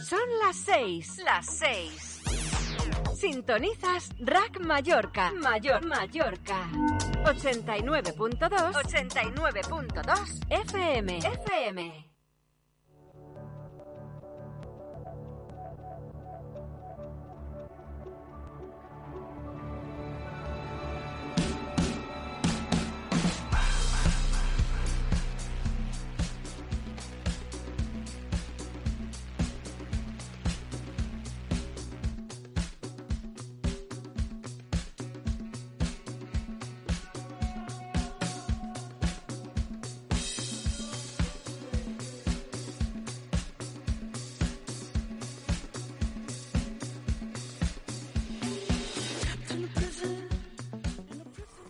Son las seis, las seis. Sintonizas Rack Mallorca, Mayor, Mallorca. 89.2, 89.2 FM, FM.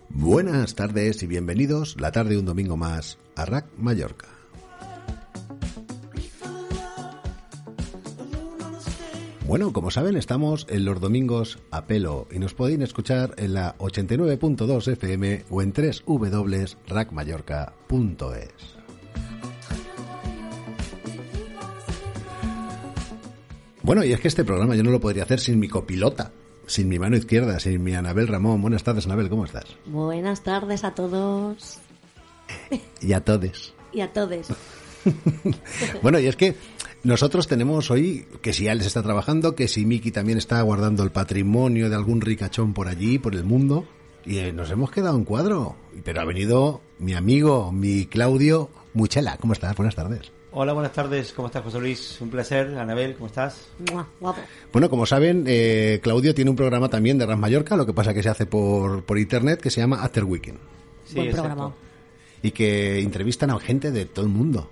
Buenas tardes y bienvenidos la tarde un domingo más a Rack Mallorca. Bueno, como saben, estamos en los domingos a pelo y nos pueden escuchar en la 89.2 FM o en www.rackmallorca.es. Bueno, y es que este programa yo no lo podría hacer sin mi copilota, sin mi mano izquierda, sin mi Anabel Ramón. Buenas tardes, Anabel, ¿cómo estás? Buenas tardes a todos Y a todes. y a todes. Bueno, y es que nosotros tenemos hoy que si Alex está trabajando, que si Miki también está guardando el patrimonio de algún ricachón por allí, por el mundo, y eh, nos hemos quedado en cuadro. Pero ha venido mi amigo, mi Claudio Muchela. ¿Cómo estás? Buenas tardes. Hola, buenas tardes. ¿Cómo estás, José Luis? Un placer. Anabel, ¿cómo estás? Mua, Guapo. Bueno, como saben, eh, Claudio tiene un programa también de Ras Mallorca, lo que pasa que se hace por, por internet, que se llama After Weekend, Buen exacto. programa. y que entrevistan a gente de todo el mundo.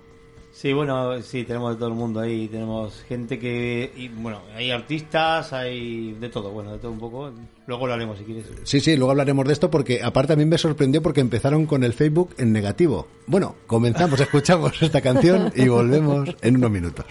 Sí, bueno, sí, tenemos de todo el mundo ahí. Tenemos gente que. y, bueno, hay artistas, hay de todo, bueno, de todo un poco. Luego lo haremos si quieres. Sí, sí, luego hablaremos de esto porque aparte a mí me sorprendió porque empezaron con el Facebook en negativo. Bueno, comenzamos, escuchamos esta canción y volvemos en unos minutos.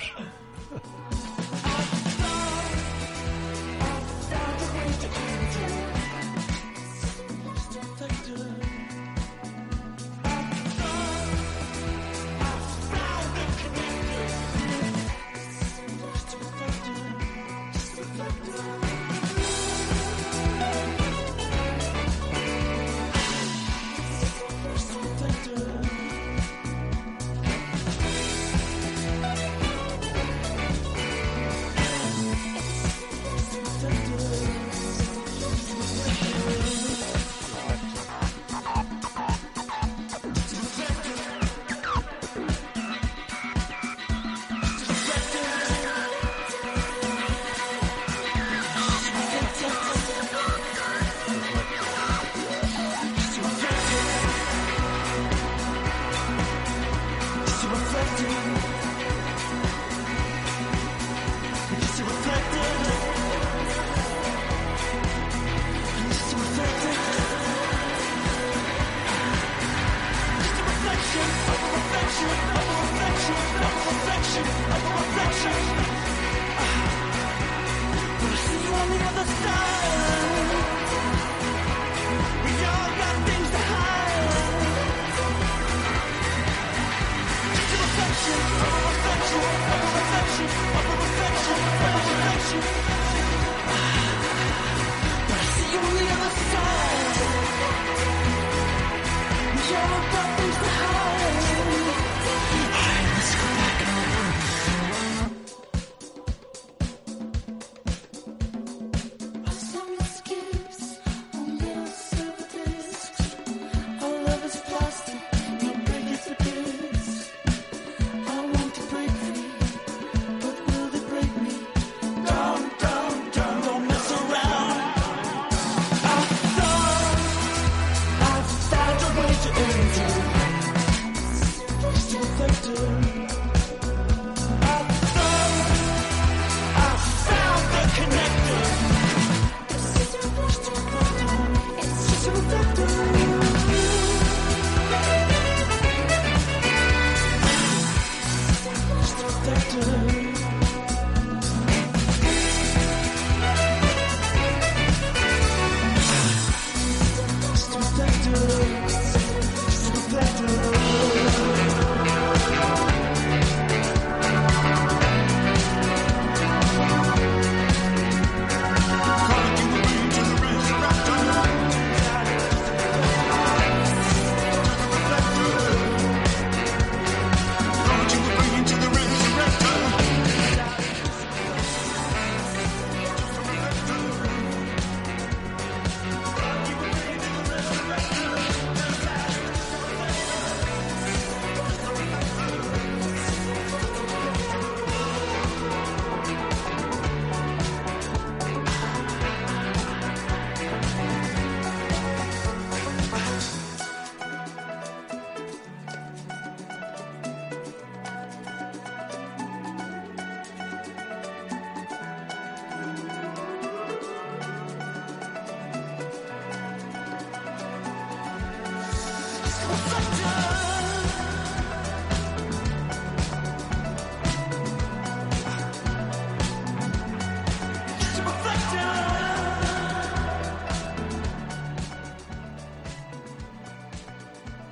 Summer skin.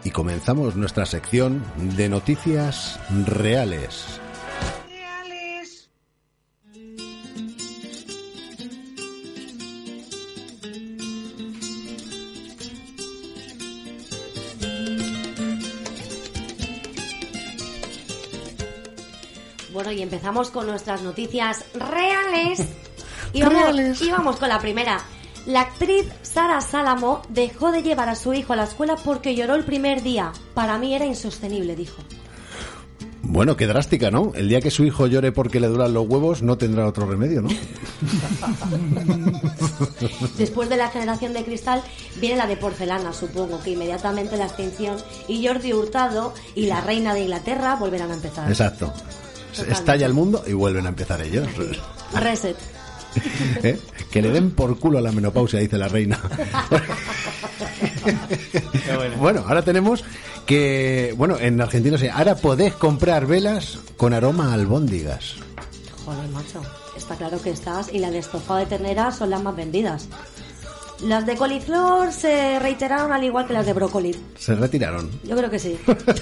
Y comenzamos nuestra sección de noticias reales. Bueno, y empezamos con nuestras noticias reales. Y vamos, y vamos con la primera. La actriz Sara Salamo dejó de llevar a su hijo a la escuela porque lloró el primer día. Para mí era insostenible, dijo. Bueno, qué drástica, ¿no? El día que su hijo llore porque le duran los huevos, no tendrá otro remedio, ¿no? Después de la generación de cristal viene la de porcelana, supongo, que inmediatamente la extinción y Jordi Hurtado y la reina de Inglaterra volverán a empezar. Exacto. Se Estalla el mundo y vuelven a empezar ellos. Reset. ¿Eh? Que le den por culo a la menopausia, dice la reina. Qué bueno. Bueno, ahora tenemos que, bueno, en Argentina se ahora podés comprar velas con aroma a albóndigas. Joder, macho. Está claro que estás. Y las de estofado de ternera son las más vendidas. Las de coliflor se reiteraron al igual que las de brócoli. Se retiraron. Yo creo que sí.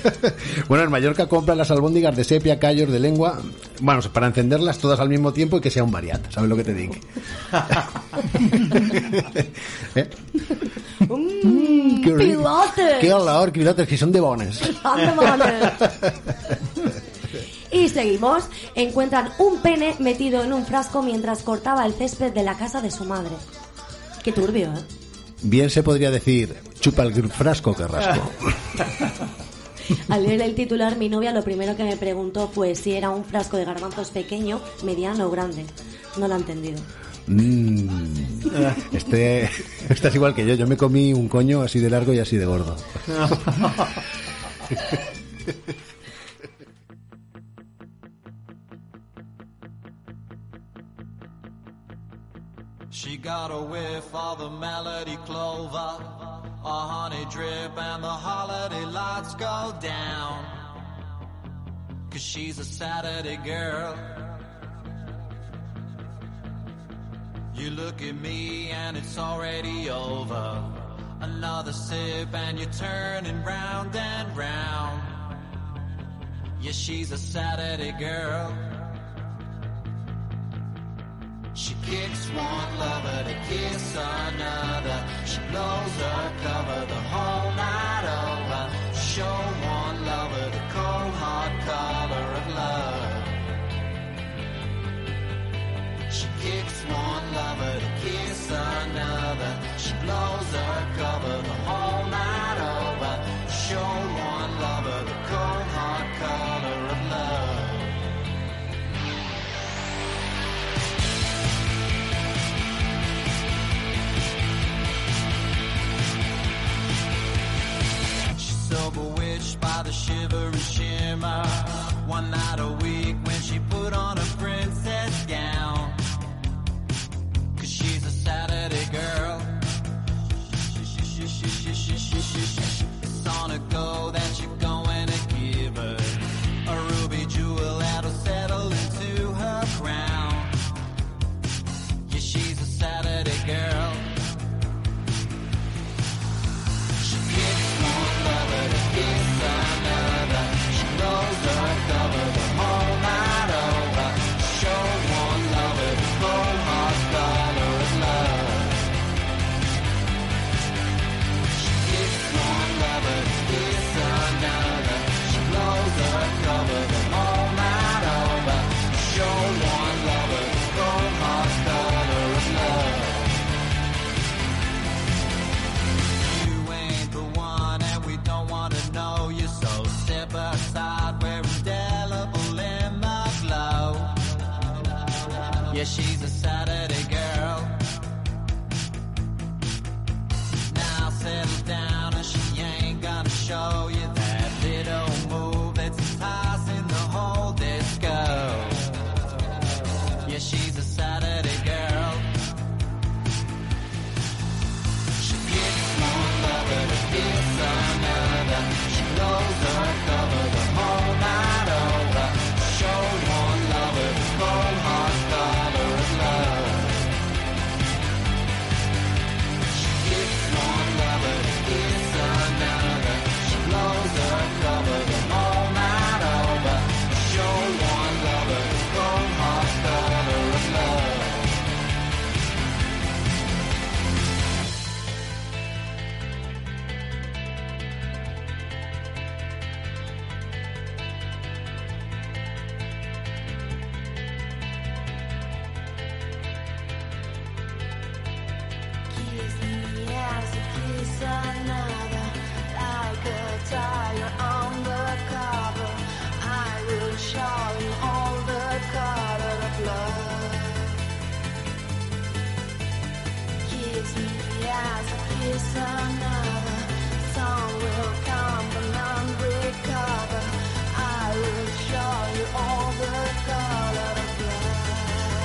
bueno, en Mallorca compran las albóndigas de sepia, callos, de lengua. Bueno, para encenderlas todas al mismo tiempo y que sea un variat. ¿Sabes lo que te digo? ¿Eh? Mm, ¡Mmm! ¡Qué rico! ¡Pilotes! ¡Qué olor! ¡Qué pilotes! Que son de bones. Anda, vale. Y seguimos. Encuentran un pene metido en un frasco mientras cortaba el césped de la casa de su madre. Qué turbio, ¿eh? Bien se podría decir, chupa el frasco que rasco. Al leer el titular, mi novia lo primero que me preguntó fue si era un frasco de garbanzos pequeño, mediano o grande. No lo ha entendido. Mm. Este, este es igual que yo. Yo me comí un coño así de largo y así de gordo. She got a whiff of the melody clover, a honey drip, and the holiday lights go down. Cause she's a Saturday girl. You look at me and it's already over. Another sip and you're turning round and round. Yeah, she's a Saturday girl. She kicks one lover to kiss another. She blows her cover the whole night over. Show one lover the cold hard color of love. She kicks one lover to kiss another. She blows her cover the whole night over. Show one lover the cold hard color of love. She's so bewitched by the shiver and shimmer. One night a week when she put on a princess gown. Cause she's a Saturday girl. It's on a go that you're going to give her. A ruby jewel that'll settle into her crown. Yeah, she's a Saturday girl. She kicks one lover to kiss another. She knows her cover the whole night over. Show one lover the whole heart's color of love. She kicks one lover to kiss another. She knows her cover the whole night over. Show one lover the whole heart's color of love. You ain't the one, and we don't wanna know you. So step aside, we're indelible in the glow. Yeah, she's a Saturday girl. Now settle down, and she ain't gonna show you that little move that's enticing the whole disco. Yeah, she's a Saturday girl. She gets one lover to kiss another. eyes to kiss another. Some will come but none recover. I will show you all the color of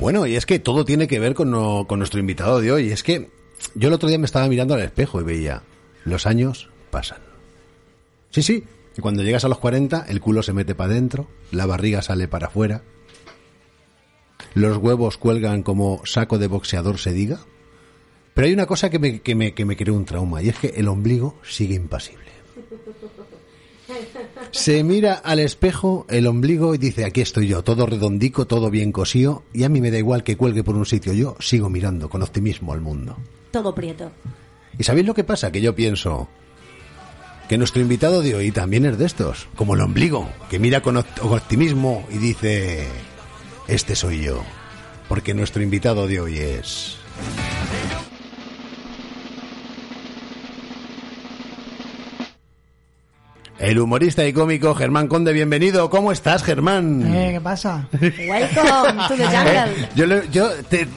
Bueno, y es que todo tiene que ver con, no- con nuestro invitado de hoy. Es que yo el otro día me estaba mirando al espejo y veía, los años pasan. Sí, sí, y cuando llegas a los 40, el culo se mete para adentro, la barriga sale para afuera, los huevos cuelgan como saco de boxeador se diga. Pero hay una cosa que me, que me, que me creó un trauma, y es que el ombligo sigue impasible. Se mira al espejo, el ombligo, y dice, aquí estoy yo, todo redondico, todo bien cosido, y a mí me da igual que cuelgue por un sitio, yo sigo mirando con optimismo al mundo. Todo prieto. ¿Y sabéis lo que pasa? Que yo pienso que nuestro invitado de hoy también es de estos, como el ombligo, que mira con opt- con optimismo y dice, este soy yo, porque nuestro invitado de hoy es... El humorista y cómico Germán Conde, bienvenido. ¿Cómo estás, Germán? Eh, ¿Qué pasa? Welcome to the ¿Eh? jungle. Yo, le- yo te,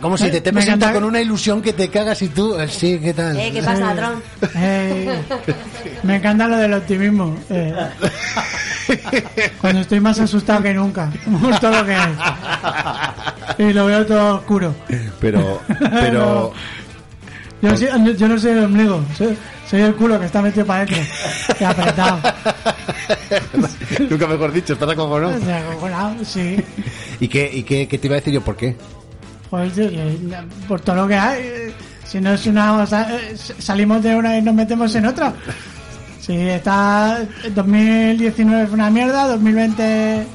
como si te, te Me presento encanta- con una ilusión que te cagas y tú, eh, sí, ¿qué tal? Eh, ¿Qué pasa, Tron? Eh, me encanta lo del optimismo. eh. cuando estoy más asustado que nunca. Justo lo que es. Y lo veo todo oscuro. Pero, pero, Yo, sí- yo- yo no soy el ombligo, soy, soy el culo que está metido para adentro. Y apretado. nunca mejor dicho, estás acojonado. O sea, acojonado, sí. ¿Y, qué, y qué, qué te iba a decir yo? ¿Por qué? Joder, sí, eh, por todo lo que hay. eh, Si no es una. o sea, eh, salimos de una y nos metemos en otra. Si está. eh, 2019 fue una mierda, 2020.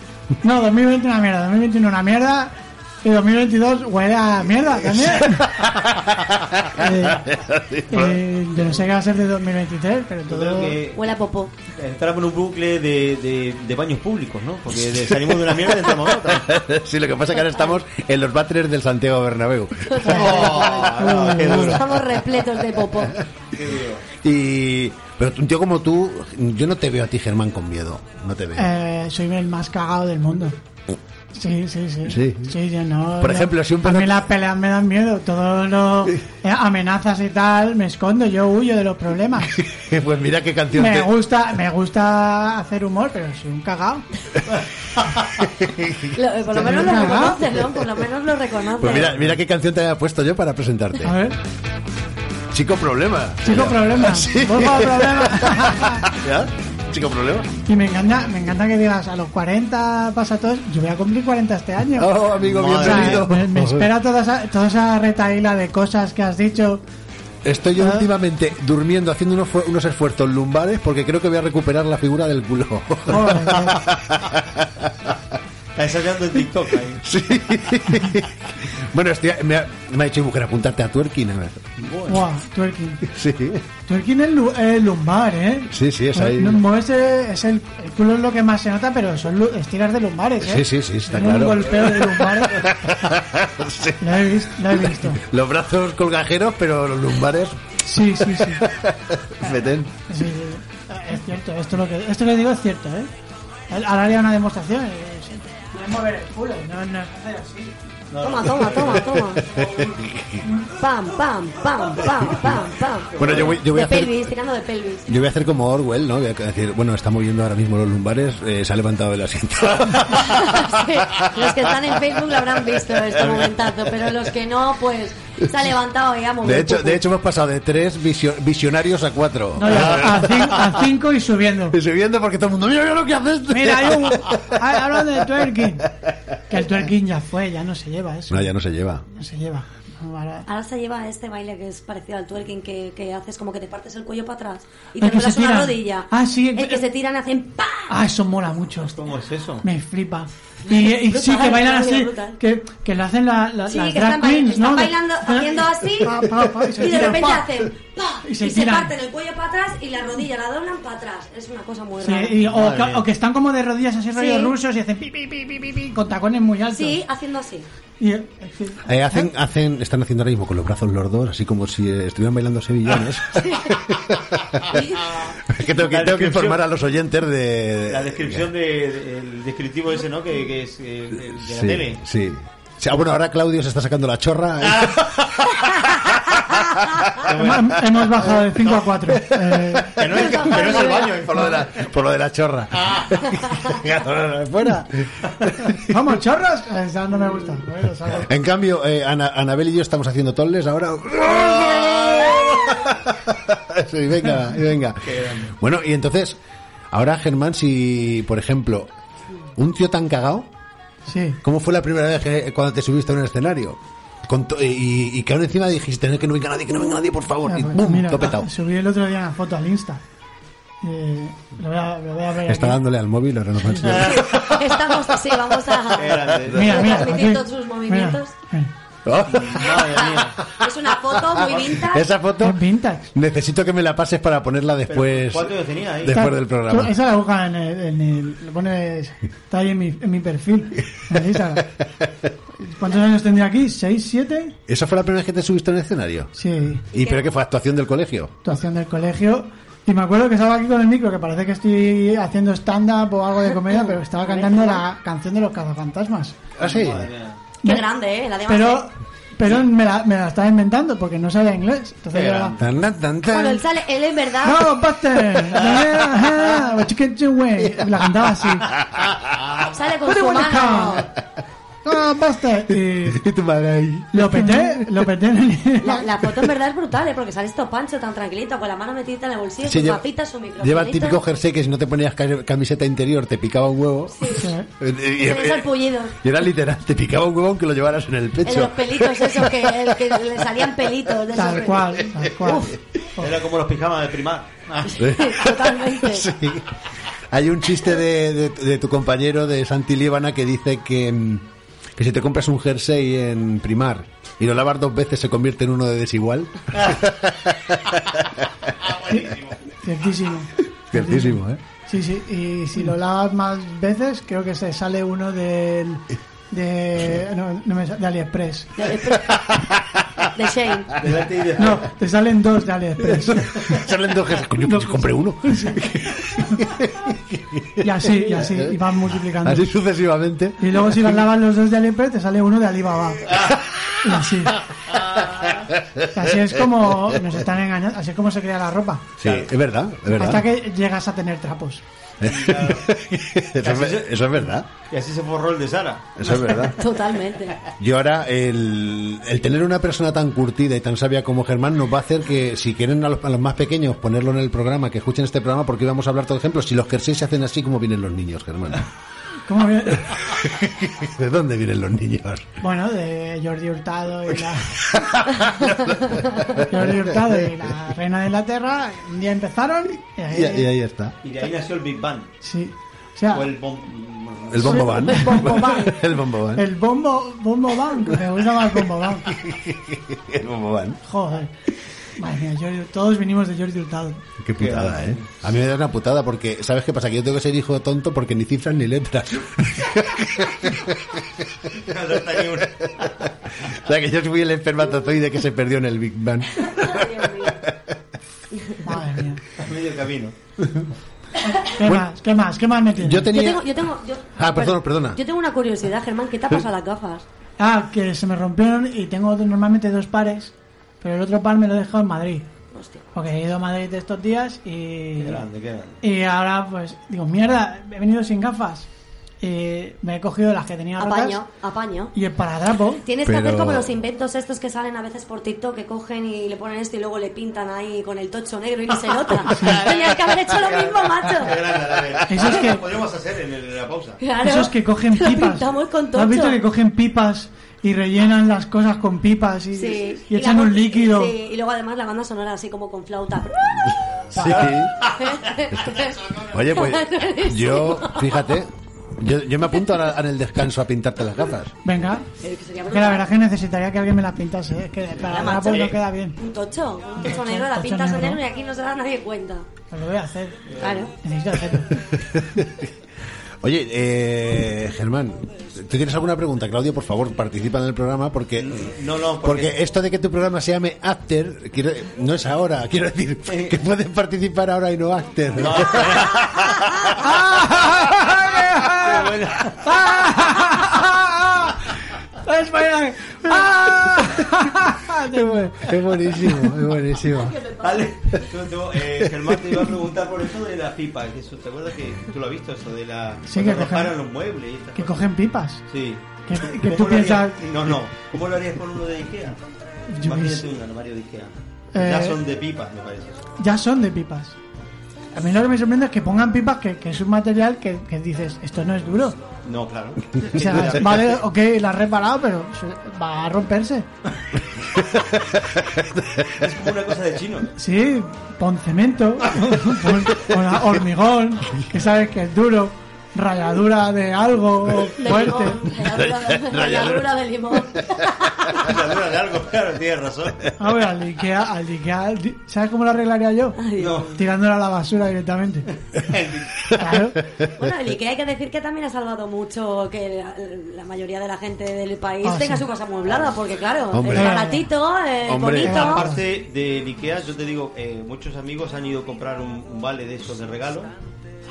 No, 2020 una mierda, 2021 una mierda. Y 2022 huele a mierda también. Eh, eh, yo no sé qué va a ser de 2023, pero Yo todo. creo que Huele a popó. entramos en un bucle de, de, de baños públicos, ¿no? Porque de- salimos de una mierda y entramos en otra. Sí, lo que pasa es que ahora estamos en los váteres del Santiago Bernabéu. Oh, no, qué duro. Estamos repletos de popó. Y, pero un tío como tú, yo no te veo a ti, Germán, con miedo. No te veo. Eh, soy el más cagado del mundo. Sí, sí, sí. Sí. yo no. Por yo- ejemplo, si un A perro- mí las peleas me dan miedo. Todo lo. eh, amenazas y tal, me escondo, yo huyo de los problemas. Pues mira qué canción Eh. me te... gusta me gusta hacer humor, pero soy un cagado. Lo- eh, por lo menos lo reconoces, ¿no? Por lo menos lo reconoces. Pues mira, mira qué canción te había puesto yo para presentarte. A ver, Chico Problema. chico Ya. problema. Sí. Vuelvo al problema. ¿Ya? Chico Problema. y me encanta, me encanta que digas, a los 40 pasa todo. eso. Yo voy a cumplir 40 este año. Oh, amigo, O sea, bienvenido. me, me espera toda esa, toda esa retaíla de cosas que has dicho. Estoy yo Ah. últimamente durmiendo, haciendo unos, fu- unos esfuerzos lumbares porque creo que voy a recuperar la figura del culo. Joder, Está ensayando en TikTok ahí. Sí. bueno, estoy- me, ha, me ha dicho mi mujer apuntarte a twerking. a ver. Buah, twerking. Sí, ¿Eh? Twerking es lu- es lumbar, ¿eh? sí, sí, es ahí. No, mueves, eh, es el, el culo es lo que más se nota, pero son lu- estiras de lumbares, ¿eh? Sí, sí, sí, está Es claro. Un golpeo de lumbares. Sí. Lo he visto. Lo he visto. Los brazos colgajeros, pero los lumbares, Sí, sí, sí. sí, fetén. sí. Es cierto, esto, lo que, esto lo digo es cierto, ¿eh? Ahora haría una demostración. eh, sí. No es mover el culo, no, no es hacer así. Toma, toma, toma, toma. Pam, pam, pam, pam, pam, pam. Bueno, yo voy- yo voy de a hacer- pelvis, tirando de pelvis. Yo voy a hacer como Orwell, ¿no? Voy a decir, bueno, está moviendo ahora mismo los lumbares, eh, se ha levantado del asiento. Sí, los que están en Facebook lo habrán visto este momentazo, pero los que no, pues se ha levantado y ha movido De el hecho, pupu. de hecho hemos pasado de tres visio- visionarios a cuatro. Ah. No, ya, a, cin- a cinco y subiendo. Y subiendo porque todo el mundo, mira, mira lo que haces. Mira, hay un. hay- Hablando de twerking. Que el twerking ya fue, ya no se lleva eso. No, ya no se lleva. No se lleva. No, ahora- Ahora se lleva este baile que es parecido al twerking que, que haces como que te partes el cuello para atrás y El Ah, te que se enrolas una tiran. rodilla. Ah, sí, el- el eh, que se tiran hacen ¡pam! Ah, eso mola mucho. ¿Cómo es eso? Me flipa. Y, y Brutal, sí, que bailan así. ¿eh? brutal. Que, que lo hacen la- la- Sí, las que drag están, bail- queens, están ¿no? ¿eh? bailando, haciendo así Pa, pa, pa, y se y de tiran, repente pa. hacen ¡pam! Y Y se se, tiran. parten el cuello para atrás y la rodilla la doblan para atrás. Es una cosa muy Sí, rara. y- o, Madre que, mía. o que están como de rodillas así rollos Sí. rusos y hacen pi, pi, pi, pi, pi, pi, con tacones muy altos. Sí, haciendo así. Y, eh, sí. Eh, hacen, hacen, están haciendo ahora mismo con los brazos los dos, así como si eh, estuvieran bailando sevillanos. es que tengo que, La tengo que descripción- informar a los oyentes de... La descripción de- del descriptivo ese, ¿no? Que, que es eh, de la Sí, tele. Ah, sí. O sea, bueno, ahora Claudio se está sacando la chorra. ¿eh? Hemos, hemos bajado de 5 a Eh, 4. Que no es, que no es el baño, Ah. por, lo de la, por lo de la chorra. Fuera. Vamos, chorros. Eh, Esa no me gusta. Bueno, salgo. En cambio, eh, Ana- Anabel y yo estamos haciendo tolles ahora. sí, venga, y venga. Bueno, y entonces, ahora Germán, si, por ejemplo, un tío tan cagao, Sí. ¿cómo fue la primera vez que, eh, cuando te subiste a un escenario? Con to- y, y que ahora encima dijiste, que no venga nadie, que no venga nadie, por favor. Y Mira, ¡bum! pues, mira, todo petado. subí el otro día una foto al Insta. Eh, lo, voy a, lo voy a ver. Está aquí. dándole al móvil, ahora nos va a enseñar. Estamos así, vamos Qué a... grande. Mira, mira. eh, Transmitir aquí. todos sus movimientos. Mira, mira. Madre mía. Es una foto muy vintage. Esa foto Es vintage. necesito que me la pases para ponerla después. ¿Cuánto años tenía ahí? Después del Tú, programa. Esa la busca en el, en el- Lo pones. Está ahí en mi, en mi perfil. En el Instagram. ¿Cuántos años tendría aquí? ¿6, 7? ¿Esa fue la primera vez que te subiste al escenario? Sí. ¿Y pero que fue actuación del colegio? Actuación del colegio. Y me acuerdo que estaba aquí con el micro, que parece que estoy haciendo stand-up o algo de comedia, pero estaba cantando la canción de los cazafantasmas. Ah, sí. Qué grande, ¿eh? La de Pero, Master. pero me, la, me la estaba inventando porque no sabía inglés. Entonces yo era, Tan, tan, tan, tan. Cuando él sale, él en verdad... No, Buster. what you can do, güey. La cantaba así. Sale con What do su you wanna mano. call? No, Buster. Y Y tu madre ahí. lo peté, lo peté en el... La, la foto en verdad es brutal, ¿eh? Porque sale esto pancho tan tranquilito, con la mano metida en el bolsillo, Sí, su lleva, mapita, su micrófono. lleva el típico jersey que si no te ponías ca- camiseta interior te picaba un huevo. Y, y- Tiene sarpullido. y era literal, te picaba un huevo aunque lo llevaras en el El de los pecho. pelitos, eso, que, el que le salían pelitos. De esos Tal que- cual, tal cual. Era como los pijamas de primar. Ah, Totalmente. Sí. Hay un chiste de, de- de tu compañero de Santi Líbana que dice que, mm, que si te compras un jersey en primar y lo lavas dos veces se convierte en uno de desigual. Ciertísimo. Ciertísimo, ¿eh? Sí, sí. Y si lo lavas más veces, creo que se sale uno del... De, no, no me sa- de AliExpress. De Shane. delante y de- No, te salen dos de AliExpress. Salen dos jerseys. Coño, pues compré uno. Y así, y así. Y van multiplicando. Así sucesivamente. Y luego si las lavas los dos de Aliexpress te sale uno de Alibaba. Y así. Así es como nos están engañando, así es como se crea la ropa. Sí, es verdad, es verdad. Hasta que llegas a tener trapos. eso, es, ver- eso es verdad, Y así se forró el de Sara. eso es verdad. Totalmente. Y ahora el, el tener una persona tan curtida y tan sabia como Germán nos va a hacer que si quieren a los, a los más pequeños ponerlo en el programa, que escuchen este programa porque hoy vamos a hablar, por ejemplo, si los jerseys se hacen así, ¿cómo vienen los niños, Germán? ¿Cómo que- ¿De dónde vienen los niños? Bueno, de Jordi Hurtado y la... Jordi Hurtado y la Reina de Inglaterra un día empezaron y Y, ahí... y ahí está. Y de ahí nació el Big Bang. Sí. O sea, O el bom- El bombo van. El bombo van. El bombo van. el bombo, bombo bank, me gusta más bombo bank. El bombo van. Joder. Madre mía, Jordi- todos vinimos de Jordi Hurtado. Qué putada, ¿eh? A mí me da una putada porque, ¿sabes qué pasa? Que yo tengo que ser hijo tonto porque ni cifras ni letras. No está ni una. O sea, que yo fui el espermatozoide que se perdió en el Big Bang. Madre mía. A medio camino. ¿Qué más? ¿Qué más? ¿Qué más me tienes? Yo tenía. Yo tengo, yo tengo, yo- Ah, perdona, perdona. Yo tengo una curiosidad, Germán, ¿qué te ha pasado a las gafas? Ah, que se me rompieron y tengo do- normalmente dos pares, pero el otro par me lo he dejado en Madrid. Hostia. Porque he ido a Madrid estos días y. Qué grande, qué grande. Y ahora pues digo, mierda, he venido sin gafas. Y me he cogido las que tenía rotas Apaño, apaño. y el paradrapo. Tienes que Pero- hacer como los inventos estos que salen a veces por TikTok, que cogen y le ponen esto y luego le pintan ahí con el tocho negro y no se nota. Tenías que haber hecho lo mismo, macho. Qué grande, la verdad. Eso es que- Lo podríamos hacer en, el- en la pausa. Claro. Esos que cogen Lo pipas. pintamos con ¿No ¿Has visto tocho? que cogen pipas y rellenan las cosas con pipas y, Sí. y echan la- un líquido? Sí, y luego además la banda sonora así como con flauta. Sí. Oye, pues yo, fíjate, yo, yo me apunto ahora en el descanso a pintarte las gafas. Venga. Eh, que sería Que la brutal. verdad es que necesitaría que alguien me las pintase. Es que el paradrapo macho. ¿eh? no queda bien. Un tocho, un tocho Un negro, la tocho pintas en negro. negro y aquí no se da nadie cuenta. Pues lo voy a hacer. Claro. Necesito hacerlo. Oye, eh, Germán, ¿tú tienes alguna pregunta, Claudio? Por favor, participa en el programa porque. No, no, porque- Porque esto de que tu programa se llame After, quiero- no es ahora, quiero decir, Eh, que puedes participar ahora y no After. Pero bueno, ¡Es buena! ¡Ah! Sí, bueno. Es buenísimo, es buenísimo. vale. Tú- tú, eh, Germán te iba a preguntar por eso de las pipas. que eso, ¿Te acuerdas que tú lo has visto eso de la. Sí, cuando que cogen- reparan los muebles y estas Que cosas? cogen pipas. Sí. Que- que ¿Cómo tú lo harías? piensas- No, no. ¿Cómo lo harías con uno de Ikea? Yo qué Imagínate sé. un armario de Ikea. Eh, Ya son de pipas, me parece. Ya son de pipas. A mí lo que me sorprende es que pongan pipas que, que es un material que, que dices, esto no es duro. No, claro. O sea, vale, ok, la has reparado, pero se- va a romperse. Es como una cosa de chino. Sí, pon cemento, pon, pon hormigón, que sabes que es duro, ralladura de algo De fuerte. limón, ralladura- ralladura de limón. La dura de algo, claro, tienes razón. A ver, Ah, al Ikea, al Ikea, di- ¿sabes cómo lo arreglaría yo? No. Tirándola a la basura directamente. Claro. Bueno, el IKEA hay que decir que también ha salvado mucho que la, la mayoría de la gente del país Ah, tenga sí. su casa amueblada, porque claro, Hombre. es baratito, es Hombre. bonito. Aparte de Ikea, yo te digo, eh, muchos amigos han ido a comprar un, un vale de esos de regalo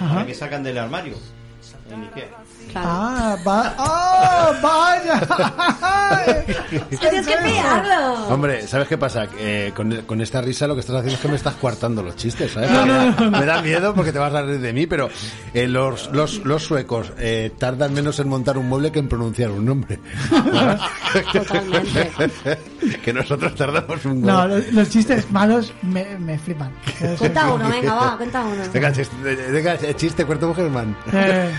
Ajá. para que sacan del armario en Ikea. Claro. Ah, va, ¡Oh, vaya. Es que tienes que pillarlo. Hombre, ¿sabes qué pasa? Eh, con, con esta risa lo que estás haciendo es que me estás coartando los chistes, ¿sabes? No, no, me, da, no, no. me da miedo porque te vas a reír de mí, pero eh, los, los, los suecos eh, tardan menos en montar un mueble que en pronunciar un nombre. Totalmente. que nosotros tardamos un No, huevo. los, los chistes malos me, me flipan. Es- Cuenta uno, venga, va, cuenta uno. Venga, chiste, venga, eh, chiste cuarto Germán. Eh.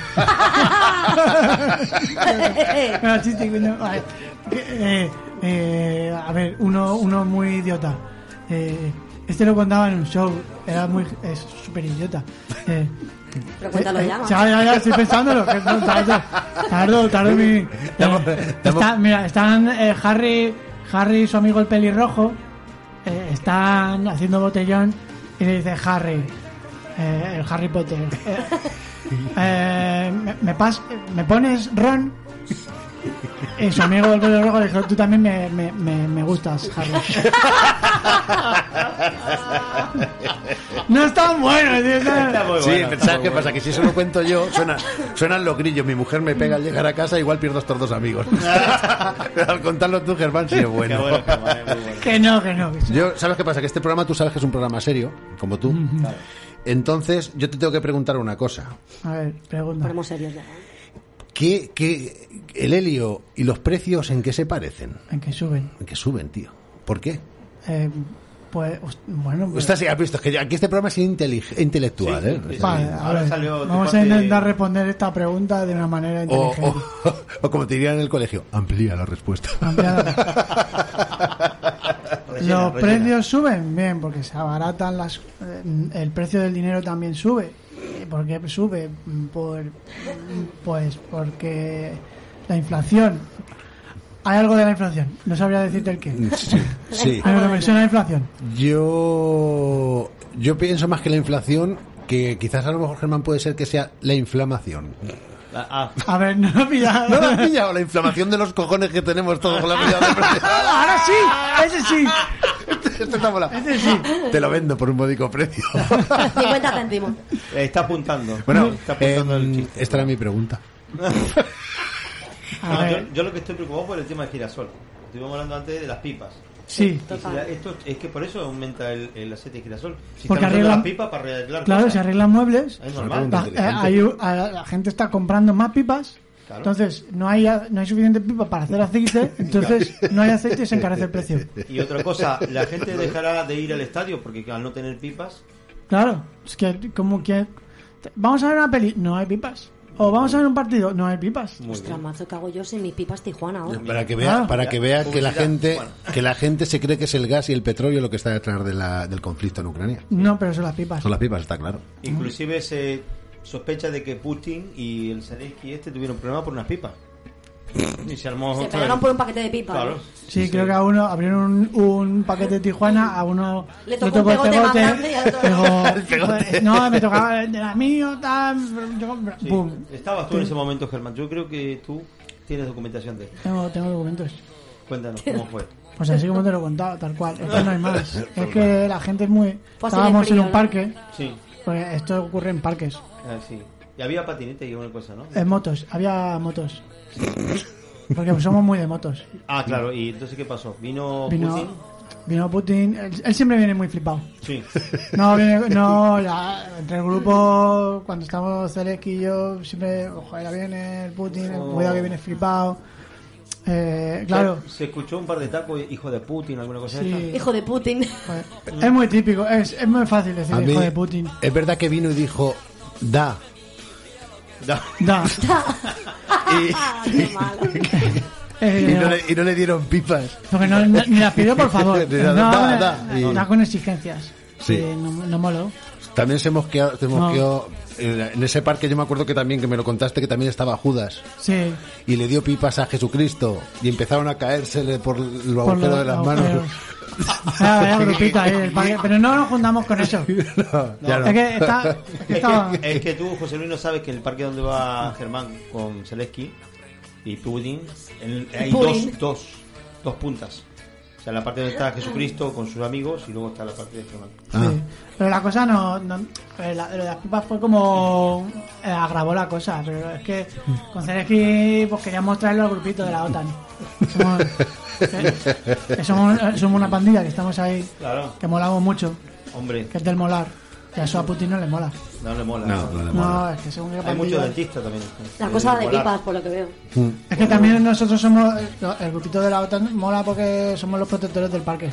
Venga, chiste, coño. Vale. Eh, eh, a ver, uno, uno muy idiota. Eh, este lo contaba en un show. Era muy. Es súper idiota. Eh, Pero cuéntalo eh, ya, eh, macho. Ya, ya, ya, estoy pensándolo. que no, tardo, tardo, tardo mi. eh, Estamos- estamos- está- mira, están eh, Harry, Harry y su amigo el pelirrojo. eh, están haciendo botellón y le dice Harry, eh, el Harry Potter. eh, eh, me, me pas- ¿Me pones Ron? Y su amigo el pelirrojo le dijo, tú también me, me, me, me gustas, Harry. no es tan bueno, tío, está- Está muy Sí, bueno, pero ¿sabes está muy qué bueno. pasa? Que si eso lo cuento yo, suena, suenan los grillos. Mi mujer me pega al llegar a casa, igual pierdo estos dos amigos. Pero al contarlo tú, Germán, sí es Qué bueno. bueno, qué bueno, muy bueno. Que no, que no. que sí. Yo, ¿sabes qué pasa? Que este programa tú sabes que es un programa serio, como tú. Entonces, yo te tengo que preguntar una cosa. A ver, pregunta. Ponemos serios ya. ¿eh? ¿Qué, qué, el helio y los precios en qué se parecen? En que suben. En que suben, tío. ¿Por qué? Eh, pues, host- bueno. pues- Estás, has visto, es que yo- aquí este programa es intelig- intelectual, Sí, ¿eh? sí, sí. Vale, Ahora a ver, salió tu vamos a parte- intentar responder esta pregunta de una manera O, inteligente. o- o como te dirían en el colegio, amplía la respuesta. Ampliada. Rellena, Los rellena. precios suben, bien, porque se abaratan las. eh, el precio del dinero también sube. Eh, ¿Por qué sube? Mm, Por, mm, pues porque la inflación. Hay algo de la inflación, no sabría decirte el qué. Sí, sí. Pero lo menciona la inflación. Yo, yo pienso más que la inflación, que quizás a lo mejor Germán puede ser que sea la inflamación. Ah, ah. A ver, no lo he pillado. ¿No la has pillado? La inflamación de los cojones que tenemos todos la pillado. Ahora sí, ese sí. Esto está mola. Este sí. Te lo vendo por un módico precio. 50 céntimos. Eh, Está apuntando. Bueno, está apuntando eh, el chiste. esta era mi pregunta. A No, ver, yo, yo lo que estoy preocupado por el tema de girasol. Estuvimos hablando antes de las pipas. sí. Y si la- esto es que por eso aumenta el, el aceite de girasol. Si Porque están usando arreglan- las pipas para arreglar Claro, cosas. se arreglan muebles. Es La, eh, normal. Pregunta. Inteligente. hay u- a- la gente está comprando más pipas. Claro. Entonces, no hay, a- no hay suficiente pipa para hacer aceite. Entonces, no hay aceite y se encarece el precio. Y otra cosa, la gente dejará de ir al estadio porque al no tener pipas, Claro, es que como que... Vamos a ver una peli, no hay pipas. O vamos a ver un partido, no hay pipas. Ostras, mazo, ¿qué hago yo sin mis pipas Tijuana ahora? Para que vea, Ah. para que, vea que, la Publicidad. gente, Bueno. que la gente se cree que es el gas y el petróleo lo que está detrás de la- del conflicto en Ucrania. No, pero son las pipas. Son las pipas, está claro. inclusive se sospecha de que Putin y el Zelensky este tuvieron problemas por unas pipas. Y se armó Se otra pegaron vez. por un ¿eh? paquete de pipas. Claro. Sí, creo que a uno abrieron un, un paquete de Tijuana, a uno Le tocó un pegote más grande y al otro no. pegó- "Pues, no, me tocaba el de la mío, tal, yo- Sí. pum. Estabas tú en ese momento, Germán. Yo creo que tú tienes documentación de esto. Tengo, tengo documentos. Cuéntanos cómo fue. Pues así como te lo he contado, tal cual. Es que no hay más. Es que la gente es muy... Fósiles Estábamos en fríos, un ¿no? parque, Sí, porque esto ocurre en parques, ah, sí. Y había patinete y una cosa, ¿no? en motos, había motos. Porque somos muy de motos. Ah, claro. ¿Y entonces qué pasó? ¿Vino, Vino, Putin? vino Putin, él, él siempre viene muy flipado. Sí. No, viene- no, la- entre el grupo, cuando estamos Zelensky y yo, siempre, ojalá viene el Putin, Oh. cuidado que viene flipado. Eh, claro, Se escuchó un par de tacos, hijo de Putin, alguna cosa de sí, Hijo de Putin. joder. es muy típico, es, es muy fácil decir A mí- hijo de Putin. Es verdad que vino y dijo, da. esta. Da. Ah, Qué malo. Eh, Y no le, y no le dieron pipas. Porque no, ni- ni las pidió, por favor. Ni la- no, da, eh, da, y- da con exigencias. Sí. Eh, no, no molo. También se mosqueó, se No. mosqueó eh, en ese parque. Yo me acuerdo que también, que me lo contaste, que también estaba Judas. Sí. Y le dio pipas a Jesucristo. Y empezaron a caérsele por el Por agujero los de las agujeros. manos. Ah, vaya grupito ahí del parque. Pero no nos juntamos con eso. No, ya no. Es que está. Es estaba- que, es que tú, José Luis, no sabes que en el parque donde va Germán con Zelensky y Putin, en- hay Putin. Dos, dos, dos puntas. O sea, la parte donde está Jesucristo con sus amigos y luego está la parte de Germán. Ah. Sí. Pero la cosa no. no eh, la- lo de las pipas fue como. eh, agravó la cosa. Pero es que con Zelensky pues, queríamos traerlo al grupito de la OTAN. Somos, eh, somos, eh, somos una pandilla que estamos ahí. Claro. Que molamos mucho. Hombre, Que es del molar. Y eso a Putin no le mola. no le mola. No, no le No, mola. es que según qué Hay pandilla- muchos dentistas también. La Eh, cosa de volar. pipas, por lo que veo. Es que también nosotros somos. El grupito de la OTAN mola porque somos los protectores del parque.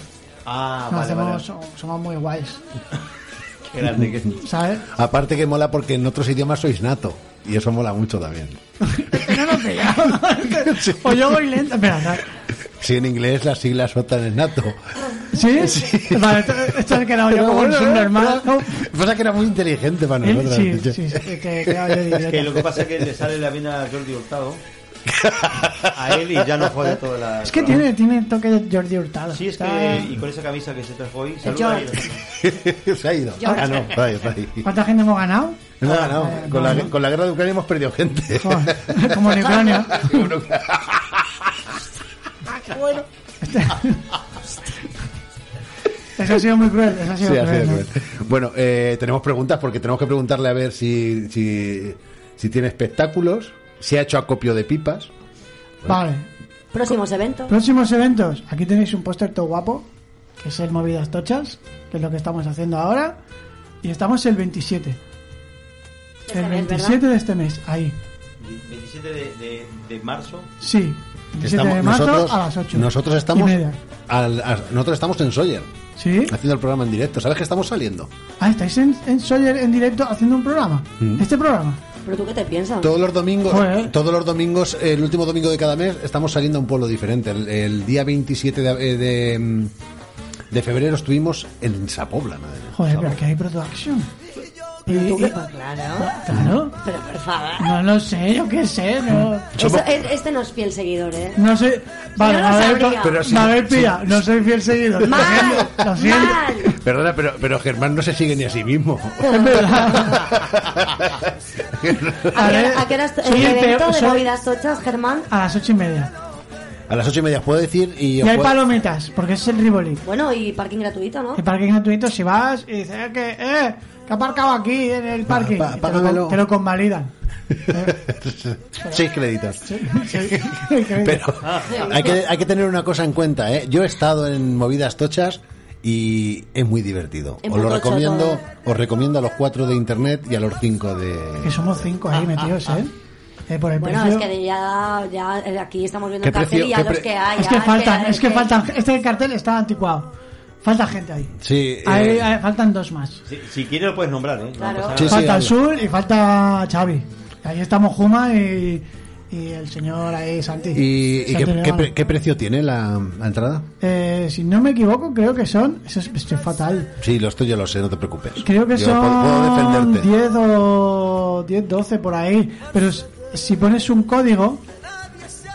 Ah, Nos vale, hacemos- vale. so- Somos muy guays, Qué grande que- ¿sabes? Aparte que mola porque en otros idiomas sois nato. Y eso mola mucho también. no nos pillamos. O yo voy lento. Espera, ¿sabes? Si en inglés las siglas OTAN es nato. ¿Sí? Vale, esto, esto he quedado yo como un ¿eh? subnormal. Lo que pasa es que era muy inteligente para Él- nosotros. ¿Eh? Sí, sí, sí, que he quedado yo de idiota. Que lo que pasa es que le sale la vena a Jordi Hurtado. A él y ya no jode toda la. Es que tiene, tiene toque de Jordi Hurtado. Sí, es Está- que. Y con esa camisa que se trajo hoy. Saluda ahí. Se ha ido. George. Ah, no. está ahí, está ahí. ¿Cuánta gente hemos ganado? Ah, No, no, Con, la, con la guerra de Ucrania hemos perdido gente. Joder, como en Ucrania. Ah, Eso Este- ha sido muy cruel. Eso ha sido Sí, ha cruel. sido ¿no? cruel. Bueno, eh, tenemos preguntas porque tenemos que preguntarle a ver si, si, si tiene espectáculos, si ha hecho acopio de pipas. Vale. Próximos eventos. Próximos eventos. Aquí tenéis un póster todo guapo, que es el Movidas Tochas, que es lo que estamos haciendo ahora. Y estamos el 27. Este El mes, 27 de este mes, ahí. 27 de, de- de marzo. Sí. 27 de Estamos- marzo nosotros, a las 8. nosotros estamos Y media. al- a- nosotros estamos en Sawyer ¿Sí? haciendo el programa en directo. ¿Sabes que estamos saliendo? Ah, estáis en, en Sawyer en directo haciendo un programa. Mm. Este programa. ¿Pero tú qué te piensas? Todos los domingos, Joder. todos los domingos, el último domingo de cada mes, estamos saliendo a un pueblo diferente. El, el día 27 de, eh, de, mm, de febrero estuvimos en Sapobla, madre. Joder, pero aquí hay production. Pero tú Y- qué- y- Claro. Claro. Pero por favor. No lo sé, yo qué sé. No, Eso- es- este no es fiel seguidor, ¿eh? no sé. Vale, Yo no a ver, sabría. Pero sí, me habéis pillado, No soy fiel seguidor. Lo ¡Mal! siento, Lo siento. ¡Mal! Perdona, pero, pero Germán no se sigue ni a sí mismo. Es verdad. ¿A qué ver, hora- a qué hora es soy el el evento peor- de soy- movidas tochas, Germán? A las ocho y media. A las ocho y media os puedo decir y... pues- Y os hay puedo- palomitas, porque es el Rivoli. Bueno, y parking gratuito, ¿no? El parking gratuito, si vas y dices, eh, que, eh, que he aparcado aquí en el Pa- parking, pa- y te, págamelo. lo, te lo convalidan. Eh, Seis créditos. sí, increíble. Pero hay que, hay que tener una cosa en cuenta, ¿eh? Yo he estado en movidas tochas y es muy divertido. Es Os muy lo tocho recomiendo, todo. ¿eh? os recomiendo a los cuatro de internet y a los cinco de... que somos cinco Ah, ahí metidos, ¿eh? Eh, por el Bueno, es precio. que ya, ya eh, aquí estamos viendo ¿Qué el cartel precio- y ya qué los pre- que hay. Es que ya, faltan, es que que- faltan. Este cartel está anticuado. Falta gente ahí. Sí, eh, Ahí, eh, faltan dos más. Si, si quieres lo puedes nombrar, ¿eh? No Claro. pasa nada. Sí, sí, falta el habla. sur y falta Xavi. Ahí estamos Juma y, y el señor ahí Santi. ¿Y, y Santi qué, qué León. pre- qué precio tiene la, la entrada? Eh, si no me equivoco, creo que son. Eso es, estoy fatal. Sí, los tuyos los sé, no te preocupes. Creo que Yo son puedo- Puedo defenderte. 10 o 10, 12 por ahí. Pero s- si pones un código,